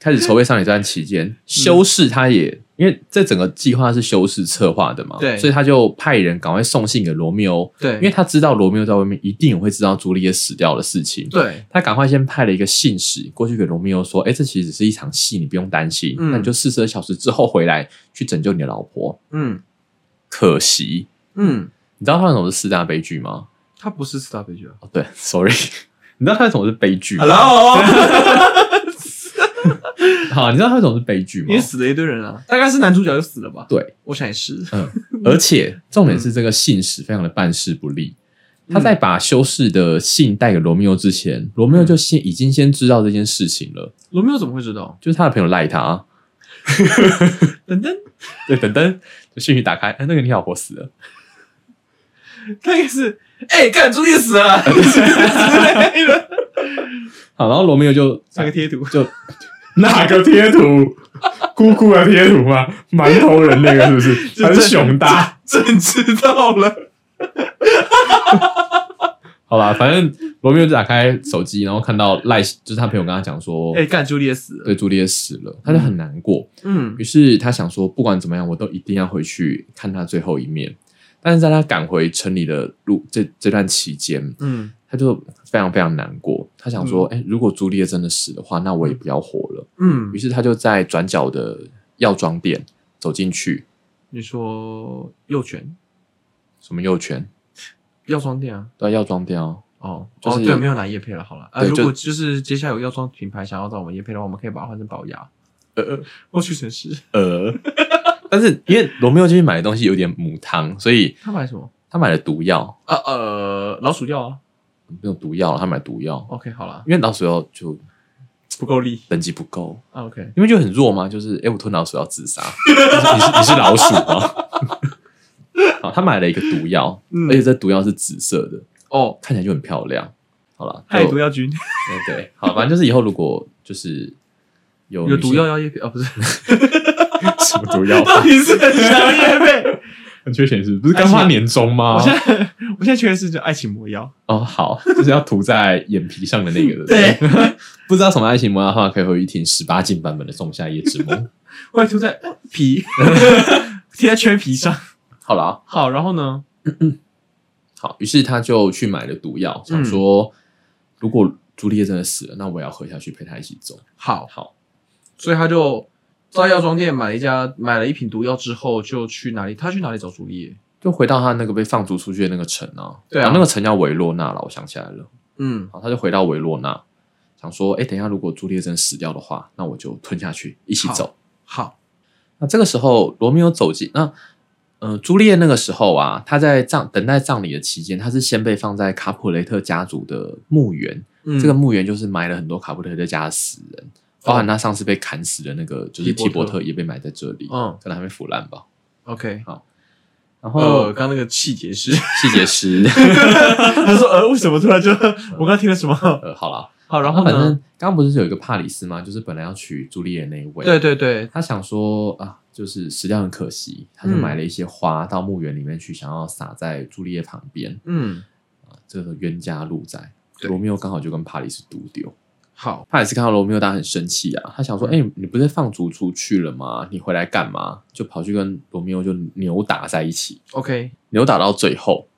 [SPEAKER 3] 开始筹备丧礼这段期间，
[SPEAKER 2] 嗯
[SPEAKER 3] 修士他也。因为这整个计划是修士策划的嘛，
[SPEAKER 2] 对
[SPEAKER 3] 所以他就派人赶快送信给罗密欧，
[SPEAKER 2] 对，
[SPEAKER 3] 因为他知道罗密欧在外面一定也会知道朱丽叶死掉的事情，
[SPEAKER 2] 对，
[SPEAKER 3] 他赶快先派了一个信使过去给罗密欧说：“哎、这其实只是一场戏，你不用担心，
[SPEAKER 2] 嗯
[SPEAKER 3] 那你就四十二小时之后回来去拯救你的老婆。
[SPEAKER 2] 嗯”
[SPEAKER 3] 可惜，
[SPEAKER 2] 嗯，
[SPEAKER 3] 你知道他为什么是四大悲剧吗？
[SPEAKER 2] 他不是四大悲剧啊。
[SPEAKER 3] 哦，对，sorry，你 知道他为什么是悲剧吗？
[SPEAKER 2] Hello，
[SPEAKER 3] 好，你知道他为什么是悲剧吗
[SPEAKER 2] 也？死了一堆人啊，大概是男主角就死了吧？
[SPEAKER 3] 对，
[SPEAKER 2] 我想也是。
[SPEAKER 3] 而且重点是这个信使非常的办事不力。
[SPEAKER 2] 嗯
[SPEAKER 3] 他在把修士的信带给罗密欧之前，罗
[SPEAKER 2] 嗯
[SPEAKER 3] 密欧就先已经先知道这件事情了，
[SPEAKER 2] 罗密欧怎么会知道？
[SPEAKER 3] 就是他的朋友赖他、
[SPEAKER 2] 等等，
[SPEAKER 3] 对，等灯就讯息打开，哎，那个你老婆死了，
[SPEAKER 2] 大概是，哎，干朱丽死 了之类的，
[SPEAKER 3] 好，然后罗密欧就
[SPEAKER 2] 那个贴图，
[SPEAKER 3] 就
[SPEAKER 4] 哪个贴图？姑姑的贴图吗？馒头人那个是不 是？还是熊大？
[SPEAKER 2] 朕知道了。
[SPEAKER 3] 好啦，反正罗密欧就打开手机，然后看到赖，就是他朋友跟他讲说，
[SPEAKER 2] 哎，干朱丽死了。
[SPEAKER 3] 对，朱丽叶死了，他就很难过。
[SPEAKER 2] 嗯
[SPEAKER 3] 于是他想说，不管怎么样，我都一定要回去看他最后一面。但是在他赶回城里的路这这段期间，
[SPEAKER 2] 嗯
[SPEAKER 3] 他就非常非常难过。他想说，哎、如果朱丽叶真的死的话，那我也不要活了。
[SPEAKER 2] 嗯
[SPEAKER 3] 于，是他就在转角的药妆店走进去，
[SPEAKER 2] 你说右拳
[SPEAKER 3] 什么幼犬
[SPEAKER 2] 药妆店啊？
[SPEAKER 3] 对啊药妆店哦，
[SPEAKER 2] 哦，
[SPEAKER 3] 就是
[SPEAKER 2] 哦，对，没有拿叶配了，好了。啊，
[SPEAKER 3] 对
[SPEAKER 2] 如
[SPEAKER 3] 就
[SPEAKER 2] 果就是接下来有药妆品牌想要找我们叶配的话，我们可以把它换成宝雅。
[SPEAKER 3] 呃
[SPEAKER 2] 我屈臣氏，
[SPEAKER 3] 呃，但是因为罗密欧进去买的东西有点母汤，所以
[SPEAKER 2] 他买什么？
[SPEAKER 3] 他买了毒药，
[SPEAKER 2] 啊呃，老鼠药啊。
[SPEAKER 3] 没有毒药，他买毒药，
[SPEAKER 2] OK，好了，
[SPEAKER 3] 因为老鼠药就
[SPEAKER 2] 不够力。
[SPEAKER 3] 等级不够，
[SPEAKER 2] 啊 OK，
[SPEAKER 3] 因为就很弱嘛，就是哎、诶我吞老鼠要自杀，你是你是老鼠吗？ 好，他买了一个毒药，
[SPEAKER 2] 嗯
[SPEAKER 3] 而且这毒药是紫色的，
[SPEAKER 2] 哦，
[SPEAKER 3] 看起来就很漂亮。好了，
[SPEAKER 2] 害
[SPEAKER 3] 就
[SPEAKER 2] 毒药菌
[SPEAKER 3] 嗯 对，好，反正就是以后如果就是有
[SPEAKER 2] 有
[SPEAKER 3] 女性
[SPEAKER 2] 毒药要叶配哦，不是，
[SPEAKER 3] 什么毒药
[SPEAKER 2] 到底是很想叶 配。
[SPEAKER 3] 很缺钱是不是？不是
[SPEAKER 2] 而且
[SPEAKER 3] 刚发年终吗
[SPEAKER 2] 我？现在我现在缺的是就爱情魔药。
[SPEAKER 3] 哦，好， 就是要涂在眼皮上的那个。
[SPEAKER 2] 对，
[SPEAKER 3] 不对 不知道什么爱情魔药的话，可以回去听十八禁版本的《仲夏夜之 梦》。
[SPEAKER 2] 外涂在 皮，贴在圈皮上。
[SPEAKER 3] 好啦，
[SPEAKER 2] 好，然后呢？
[SPEAKER 3] 好，于是他就去买了毒
[SPEAKER 2] 嗯
[SPEAKER 3] 药，想说、如果朱丽叶真的死了，那我也要喝下去陪她一起走。
[SPEAKER 2] 好，
[SPEAKER 3] 好，
[SPEAKER 2] 所以他就到药妆店买了一家买了一瓶毒药之后，就去哪里？他去哪里找朱丽叶？
[SPEAKER 3] 就回到他那个被放逐出去的那个城啊，
[SPEAKER 2] 对啊
[SPEAKER 3] 然后那个城叫维洛纳了，我想起来了。
[SPEAKER 2] 嗯，
[SPEAKER 3] 好，他就回到维洛纳，想说，哎，等一下，如果朱丽叶真的死掉的话，那我就吞下去，一起
[SPEAKER 2] 好
[SPEAKER 3] 走。
[SPEAKER 2] 好，
[SPEAKER 3] 那这个时候，罗密欧走进那，呃，朱丽叶那个时候啊，她在葬等待葬礼的期间，她是先被放在卡普雷特家族的墓园，
[SPEAKER 2] 嗯
[SPEAKER 3] 这个墓园就是埋了很多卡普雷特家的死人，包含他上次被砍死的那个，就是
[SPEAKER 2] 提
[SPEAKER 3] 提
[SPEAKER 2] 哦伯
[SPEAKER 3] 伯
[SPEAKER 2] 特
[SPEAKER 3] 特也被埋在这里，
[SPEAKER 2] 嗯
[SPEAKER 3] 可能还没腐烂吧。
[SPEAKER 2] OK。
[SPEAKER 3] 然
[SPEAKER 2] 呃，
[SPEAKER 3] 后
[SPEAKER 2] 刚刚那个细节是，
[SPEAKER 3] 细节 师，
[SPEAKER 2] 他说呃，为什么突然就 我刚刚听了什么？
[SPEAKER 3] 呃，好了，
[SPEAKER 2] 好， 然后
[SPEAKER 3] 反正
[SPEAKER 2] 呢？
[SPEAKER 3] 刚刚不是有一个帕里斯吗？就是本来要娶朱丽叶那一位，
[SPEAKER 2] 对对对，
[SPEAKER 3] 他想说啊，就是死掉很可惜，他就
[SPEAKER 2] 嗯
[SPEAKER 3] 买了一些花到墓园里面去，想要撒在朱丽叶旁边。
[SPEAKER 2] 嗯，
[SPEAKER 3] 啊，这个冤家路窄，
[SPEAKER 2] 对
[SPEAKER 3] 罗密欧刚好就跟帕里斯独丢。
[SPEAKER 2] 好，
[SPEAKER 3] 帕里斯看到罗密欧，当然很生气啊，他想说：“哎、你不是放逐出去了吗？你回来干嘛？”就跑去跟罗密欧就扭打在一起，
[SPEAKER 2] OK。
[SPEAKER 3] 扭打到最后，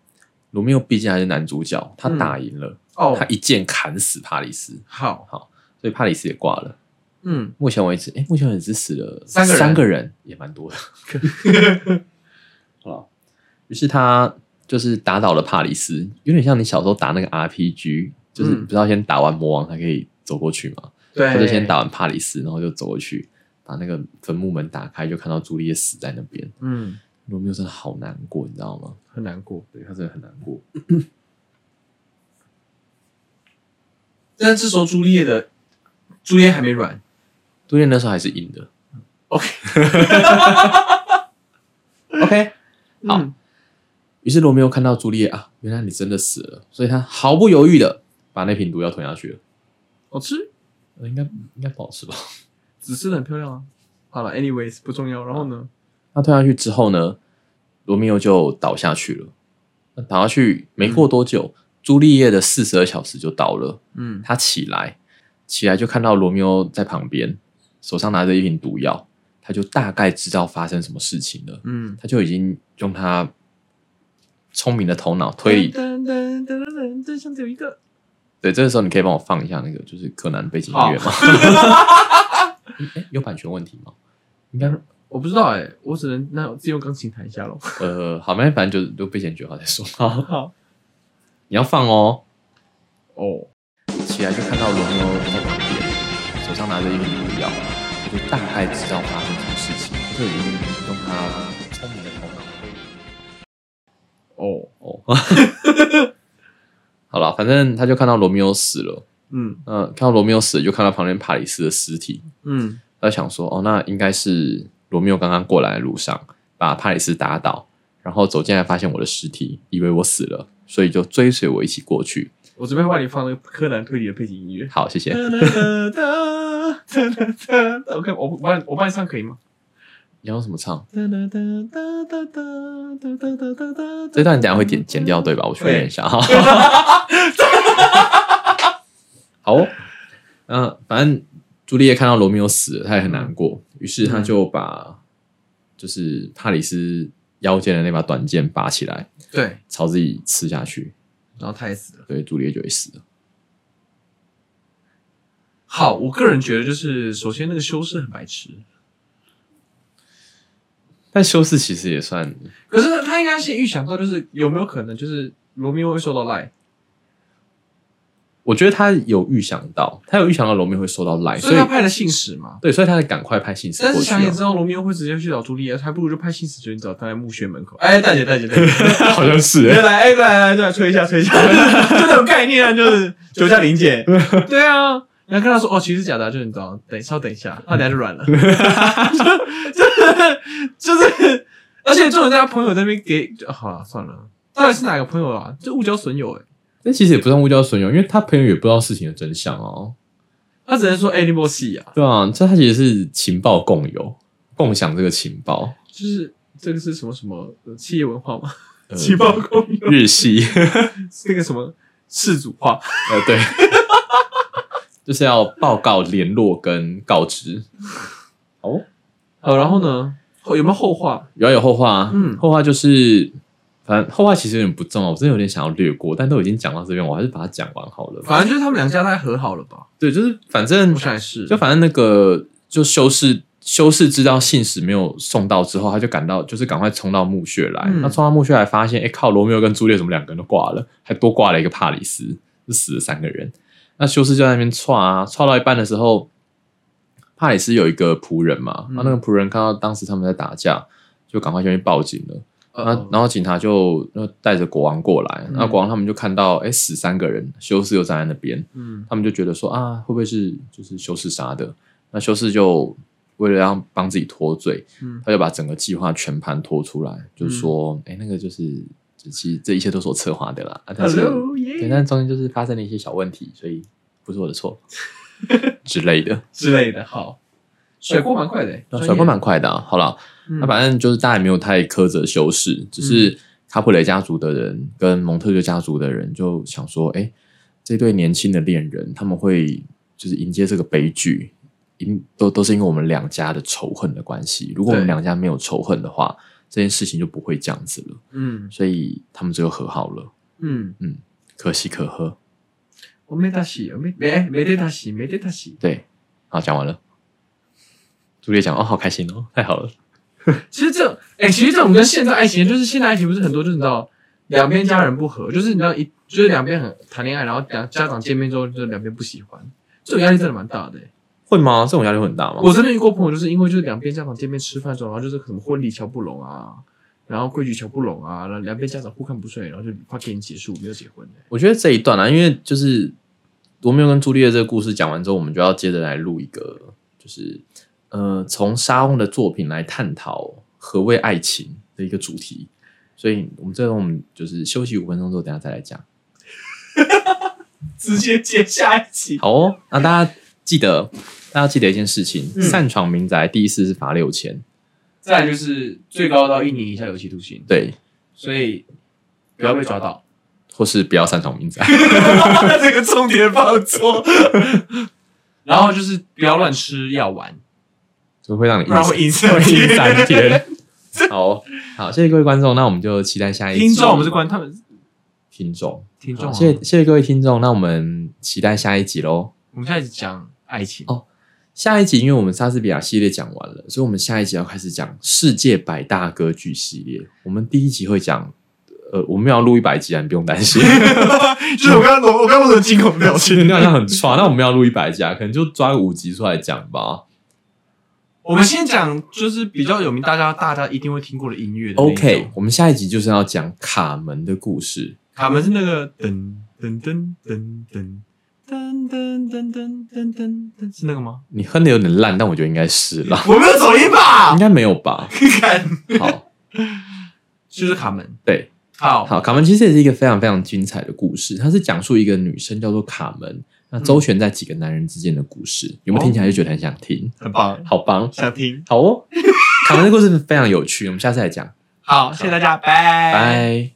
[SPEAKER 3] 罗密欧毕竟还是男主角，他
[SPEAKER 2] 嗯
[SPEAKER 3] 打赢了，
[SPEAKER 2] 哦
[SPEAKER 3] 他，一剑砍死帕里斯，
[SPEAKER 2] 好，
[SPEAKER 3] 所以帕里斯也挂了。
[SPEAKER 2] 嗯，
[SPEAKER 3] 目前为止，哎、目前为止死了
[SPEAKER 2] 三个人
[SPEAKER 3] 三个人也蛮多的。 好了，于是他就是打倒了帕里斯，有点像你小时候打那个 RPG，就是
[SPEAKER 2] 嗯
[SPEAKER 3] 不知道先打完魔王才可以走过去嘛，
[SPEAKER 2] 对，
[SPEAKER 3] 他就先，打完帕里斯，然后就走过去，把那个坟墓门打开，就看到朱丽叶死在那边。
[SPEAKER 2] 嗯，
[SPEAKER 3] 罗密欧真的好难过，你知道吗？
[SPEAKER 2] 很难过。
[SPEAKER 3] 对他真的很难过。
[SPEAKER 2] 但是这时候朱丽叶的朱丽叶还没软，
[SPEAKER 3] 朱丽叶那时候还是硬的。
[SPEAKER 2] OK
[SPEAKER 3] OK，好
[SPEAKER 2] 嗯
[SPEAKER 3] 于是罗密欧看到朱丽叶啊，原来你真的死了，所以他毫不犹豫的把那瓶毒药吞下去了。
[SPEAKER 2] 好吃，
[SPEAKER 3] 呃应该应该不好吃吧？
[SPEAKER 2] 紫色的很漂亮啊。好了，anyways 不重要。然后呢？
[SPEAKER 3] 他吞下去之后呢，罗密欧就倒下去了。那倒下去没过多久，朱丽叶的四十二小时就到了。
[SPEAKER 2] 嗯
[SPEAKER 3] 他起来，起来就看到罗密欧在旁边，手上拿着一瓶毒药，他就大概知道发生什么事情了。
[SPEAKER 2] 嗯，
[SPEAKER 3] 他就已经用他聪明的头脑推 理。
[SPEAKER 2] 噔噔噔噔噔，真相只有一个。
[SPEAKER 3] 对，这个时候你可以帮我放一下那个就是柯南背景音乐吗？诶有版权问题吗？应该
[SPEAKER 2] 我不知道哎、我只能那我自己用钢琴弹一下喽。
[SPEAKER 3] 呃，好，没关系反正就就被检举好再说。好，
[SPEAKER 2] 好
[SPEAKER 3] 你要放哦。
[SPEAKER 2] 哦，
[SPEAKER 3] 起来就看到罗密欧在旁边，手上拿着一瓶毒药，他就大概知道发生什么事情，就已经用他聪明的头脑推理。哦，
[SPEAKER 2] 哦，
[SPEAKER 3] 好了，反正他就看到罗密欧死了。
[SPEAKER 2] 嗯
[SPEAKER 3] 嗯、看到罗密欧死了，就看到旁边帕里斯的尸体。
[SPEAKER 2] 嗯
[SPEAKER 3] 他想说，哦，那应该是罗密欧刚刚过来的路上把帕里斯打倒，然后走进来发现我的尸体，以为我死了，所以就追随我一起过去。
[SPEAKER 2] 我这边帮你放那个柯南推理的背景音乐。
[SPEAKER 3] 好，谢谢。
[SPEAKER 2] 哒哒哒哒哒哒哒，OK，我我帮你我帮你唱可以吗？
[SPEAKER 3] 你要怎么唱？
[SPEAKER 2] 哒哒哒哒哒哒哒哒哒哒哒。
[SPEAKER 3] 这段等一下会剪剪
[SPEAKER 2] 嗯
[SPEAKER 3] 掉对吧？我确认一下哈。 好、哦，嗯、反正朱丽叶看到罗密欧死了，她也很难过，
[SPEAKER 2] 嗯
[SPEAKER 3] 于是她就把就是帕里斯腰间的那把短剑拔起来，
[SPEAKER 2] 对，
[SPEAKER 3] 朝自己刺下去，
[SPEAKER 2] 然后他也死了。
[SPEAKER 3] 对，朱丽叶就会死了。
[SPEAKER 2] 好，我个人觉得就是，首先那个修饰很白痴，
[SPEAKER 3] 但修士其实也算
[SPEAKER 2] 可是他应该先预想到，就是有没有可能就是罗密欧会受到赖，
[SPEAKER 3] 我觉得他有预想到，他有预想到罗密欧会受到赖，
[SPEAKER 2] 哎所
[SPEAKER 3] 所以
[SPEAKER 2] 以他拍了信使嘛。
[SPEAKER 3] 对，所以他才赶快派信使
[SPEAKER 2] 但
[SPEAKER 3] 过
[SPEAKER 2] 是
[SPEAKER 3] 去
[SPEAKER 2] 想也
[SPEAKER 3] 啊、
[SPEAKER 2] 知道，罗密欧会直接去找朱丽叶，还不如就派信使决定找他在墓穴门口。哎，大姐，大姐，大姐，
[SPEAKER 3] 好像是、欸，
[SPEAKER 2] 来，哎，来来来，吹一下，吹一 下，就这种概念啊， 就是酒驾玲姐。对啊，然后跟他说，哦，其实假的啊，就是你知道，等稍等一下，他等下就 软了，就就是就是，而且这种在他朋友那边给，就好了，算了，到底是哪个朋友啊？这误交损友哎、
[SPEAKER 3] 但其实也不算误交损友，因为他朋友也不知道事情的真相哦、
[SPEAKER 2] 他只能说 animal 系啊，
[SPEAKER 3] 对啊，这他其实是情报共有，共享这个情报，
[SPEAKER 2] 就是这个是什么什么呃企业文化嘛，
[SPEAKER 3] 呃
[SPEAKER 2] 情报公有
[SPEAKER 3] 日系，
[SPEAKER 2] 那个什么世俗化，
[SPEAKER 3] 呃，对， 就是要报告、联络跟告知。哦，
[SPEAKER 2] 好，呃然后呢，后有没有后话？
[SPEAKER 3] 有啊有后话啊，
[SPEAKER 2] 嗯
[SPEAKER 3] 后话就是，反正后话其实有点不重要，我真的有点想要略过，但都已经讲到这边，我还是把它讲完好了。
[SPEAKER 2] 反正就是他们两家大概和好了吧，
[SPEAKER 3] 对，就是反正
[SPEAKER 2] 我想也是，
[SPEAKER 3] 就反正那个就修士修士知道信使没有送到之后，他就赶到就是赶快冲到墓穴来。
[SPEAKER 2] 嗯
[SPEAKER 3] 那冲到墓穴来，发现哎、诶靠，罗密欧跟朱丽叶怎么两个人都挂了，还多挂了一个帕里斯，就死了三个人。那修士就在那边窜啊，窜到一半的时候，帕里斯有一个仆人嘛，
[SPEAKER 2] 嗯
[SPEAKER 3] 那、那个仆人看到当时他们在打架，就赶快就去报警了。
[SPEAKER 2] 呃
[SPEAKER 3] 那然后警察就就带着国王过来，
[SPEAKER 2] 嗯
[SPEAKER 3] 那国王他们就看到哎、诶死三个人，修士又站在那边，
[SPEAKER 2] 嗯
[SPEAKER 3] 他们就觉得说啊，会不会是就是修士杀的？那修士就为了要帮自己脱罪，
[SPEAKER 2] 嗯
[SPEAKER 3] 他就把整个计划全盘拖出来，就是说，哎、那个就是，就其实这一切都是我策划的啦，啊但是
[SPEAKER 2] ，Hello，
[SPEAKER 3] 对，
[SPEAKER 2] 耶
[SPEAKER 3] 但中间就是发生了一些小问题，所以不是我的 错之类的，
[SPEAKER 2] 之类的，好，甩锅蛮快的欸，
[SPEAKER 3] 对啊
[SPEAKER 2] 专
[SPEAKER 3] 甩
[SPEAKER 2] 业
[SPEAKER 3] 锅，蛮快的、啊。好了，
[SPEAKER 2] 嗯
[SPEAKER 3] 那反正就是大家也没有太苛责修士，只是卡普雷家族的人跟蒙特利家族的人就想说，哎、这对年轻的恋人他们会就是迎接这个悲剧，因都都是因为我们两家的仇恨的关系。如果我们
[SPEAKER 2] 对
[SPEAKER 3] 两家没有仇恨的话，这件事情就不会这样子了。
[SPEAKER 2] 嗯
[SPEAKER 3] 所以他们最后和好了，
[SPEAKER 2] 嗯，
[SPEAKER 3] 可喜可贺。
[SPEAKER 2] 我没大喜，我没没没得大喜，没得大喜。
[SPEAKER 3] 对，好，讲完了。朱莉讲哦，好开心哦，太好了。
[SPEAKER 2] 其实这，哎、其实这种跟现在爱情，就是现在爱情不是很多，就是你知道，两边家人不和，就是你知道一，就是两边很谈恋爱，然后两家长见面之后，就两边不喜欢，这种压力真的蛮大的欸、
[SPEAKER 3] 会吗？这种压力会很大吗？
[SPEAKER 2] 我真的遇过朋友，就是因为就是两边家长见面吃饭的时候，然后就是什么婚礼瞧不拢啊，然后规矩瞧不拢啊，然后两边家长互看不顺眼，然后就快给你结束，没有结婚的、
[SPEAKER 3] 我觉得这一段啊，因为就是罗密欧跟朱丽叶这个故事讲完之后，我们就要接着来录一个，就是呃，从沙翁的作品来探讨何谓爱情的一个主题。所以，我们这段我们就是休息五分钟之后，等一下再来讲。
[SPEAKER 2] 直接接下一集。
[SPEAKER 3] 好哦，那大家记得，大家记得一件事情：
[SPEAKER 2] 嗯
[SPEAKER 3] 擅闯民宅，第一次是罚六千。
[SPEAKER 2] 再来就是最高到一年以下有期徒刑，
[SPEAKER 3] 对，
[SPEAKER 2] 所以不要被抓到。
[SPEAKER 3] 或是不要擅闯民宅。
[SPEAKER 2] 这个重点放错。然后就是不要乱吃药丸，
[SPEAKER 3] 就会让你
[SPEAKER 2] 不然会
[SPEAKER 3] 硬
[SPEAKER 2] 影响
[SPEAKER 3] 会硬三天。好哦好，谢谢各位观众，那我们就期待下一集
[SPEAKER 2] 听众，我们是关他们
[SPEAKER 3] 听众，
[SPEAKER 2] 听众、
[SPEAKER 3] 好
[SPEAKER 2] 啊。
[SPEAKER 3] 谢谢谢谢各位听众，那我们期待下一集喽。
[SPEAKER 2] 我们下一集讲爱情
[SPEAKER 3] 哦下一集，因为我们莎士比亚系列讲完了，所以我们下一集要开始讲世界百大歌剧系列。我们第一集会讲，呃，我们要录一百集啊，你不用担 心。
[SPEAKER 2] 就是我刚刚我我刚刚的惊恐表
[SPEAKER 3] 其实你好像很差，那我们要录一百集啊，可能就抓个五集出来讲吧。
[SPEAKER 2] 我们先讲就是比较有名，大家大家一定会听过的音乐的那一种。
[SPEAKER 3] OK，我们下一集就是要讲卡门的故事。
[SPEAKER 2] 卡门是那个噔噔噔噔噔噔噔噔噔噔噔噔，是那个吗？
[SPEAKER 3] 你哼的有点烂，但我觉得应该是 啦，
[SPEAKER 2] 我没有走音吧
[SPEAKER 3] 应？该没有吧？
[SPEAKER 2] 看，
[SPEAKER 3] 好。
[SPEAKER 2] 就是卡门。
[SPEAKER 3] 对，
[SPEAKER 2] 好，
[SPEAKER 3] 好，卡门其实也是一个非常非常精彩的故事，它是讲述一个女生叫做卡门，那周旋在几个男人之间的故事，有没有听起来就觉得很想听？
[SPEAKER 2] 很棒，
[SPEAKER 3] 好棒，
[SPEAKER 2] 想听。
[SPEAKER 3] 好哦，卡门的故事非常有趣，我们下次再讲，
[SPEAKER 2] 好，谢谢大家，
[SPEAKER 3] 拜。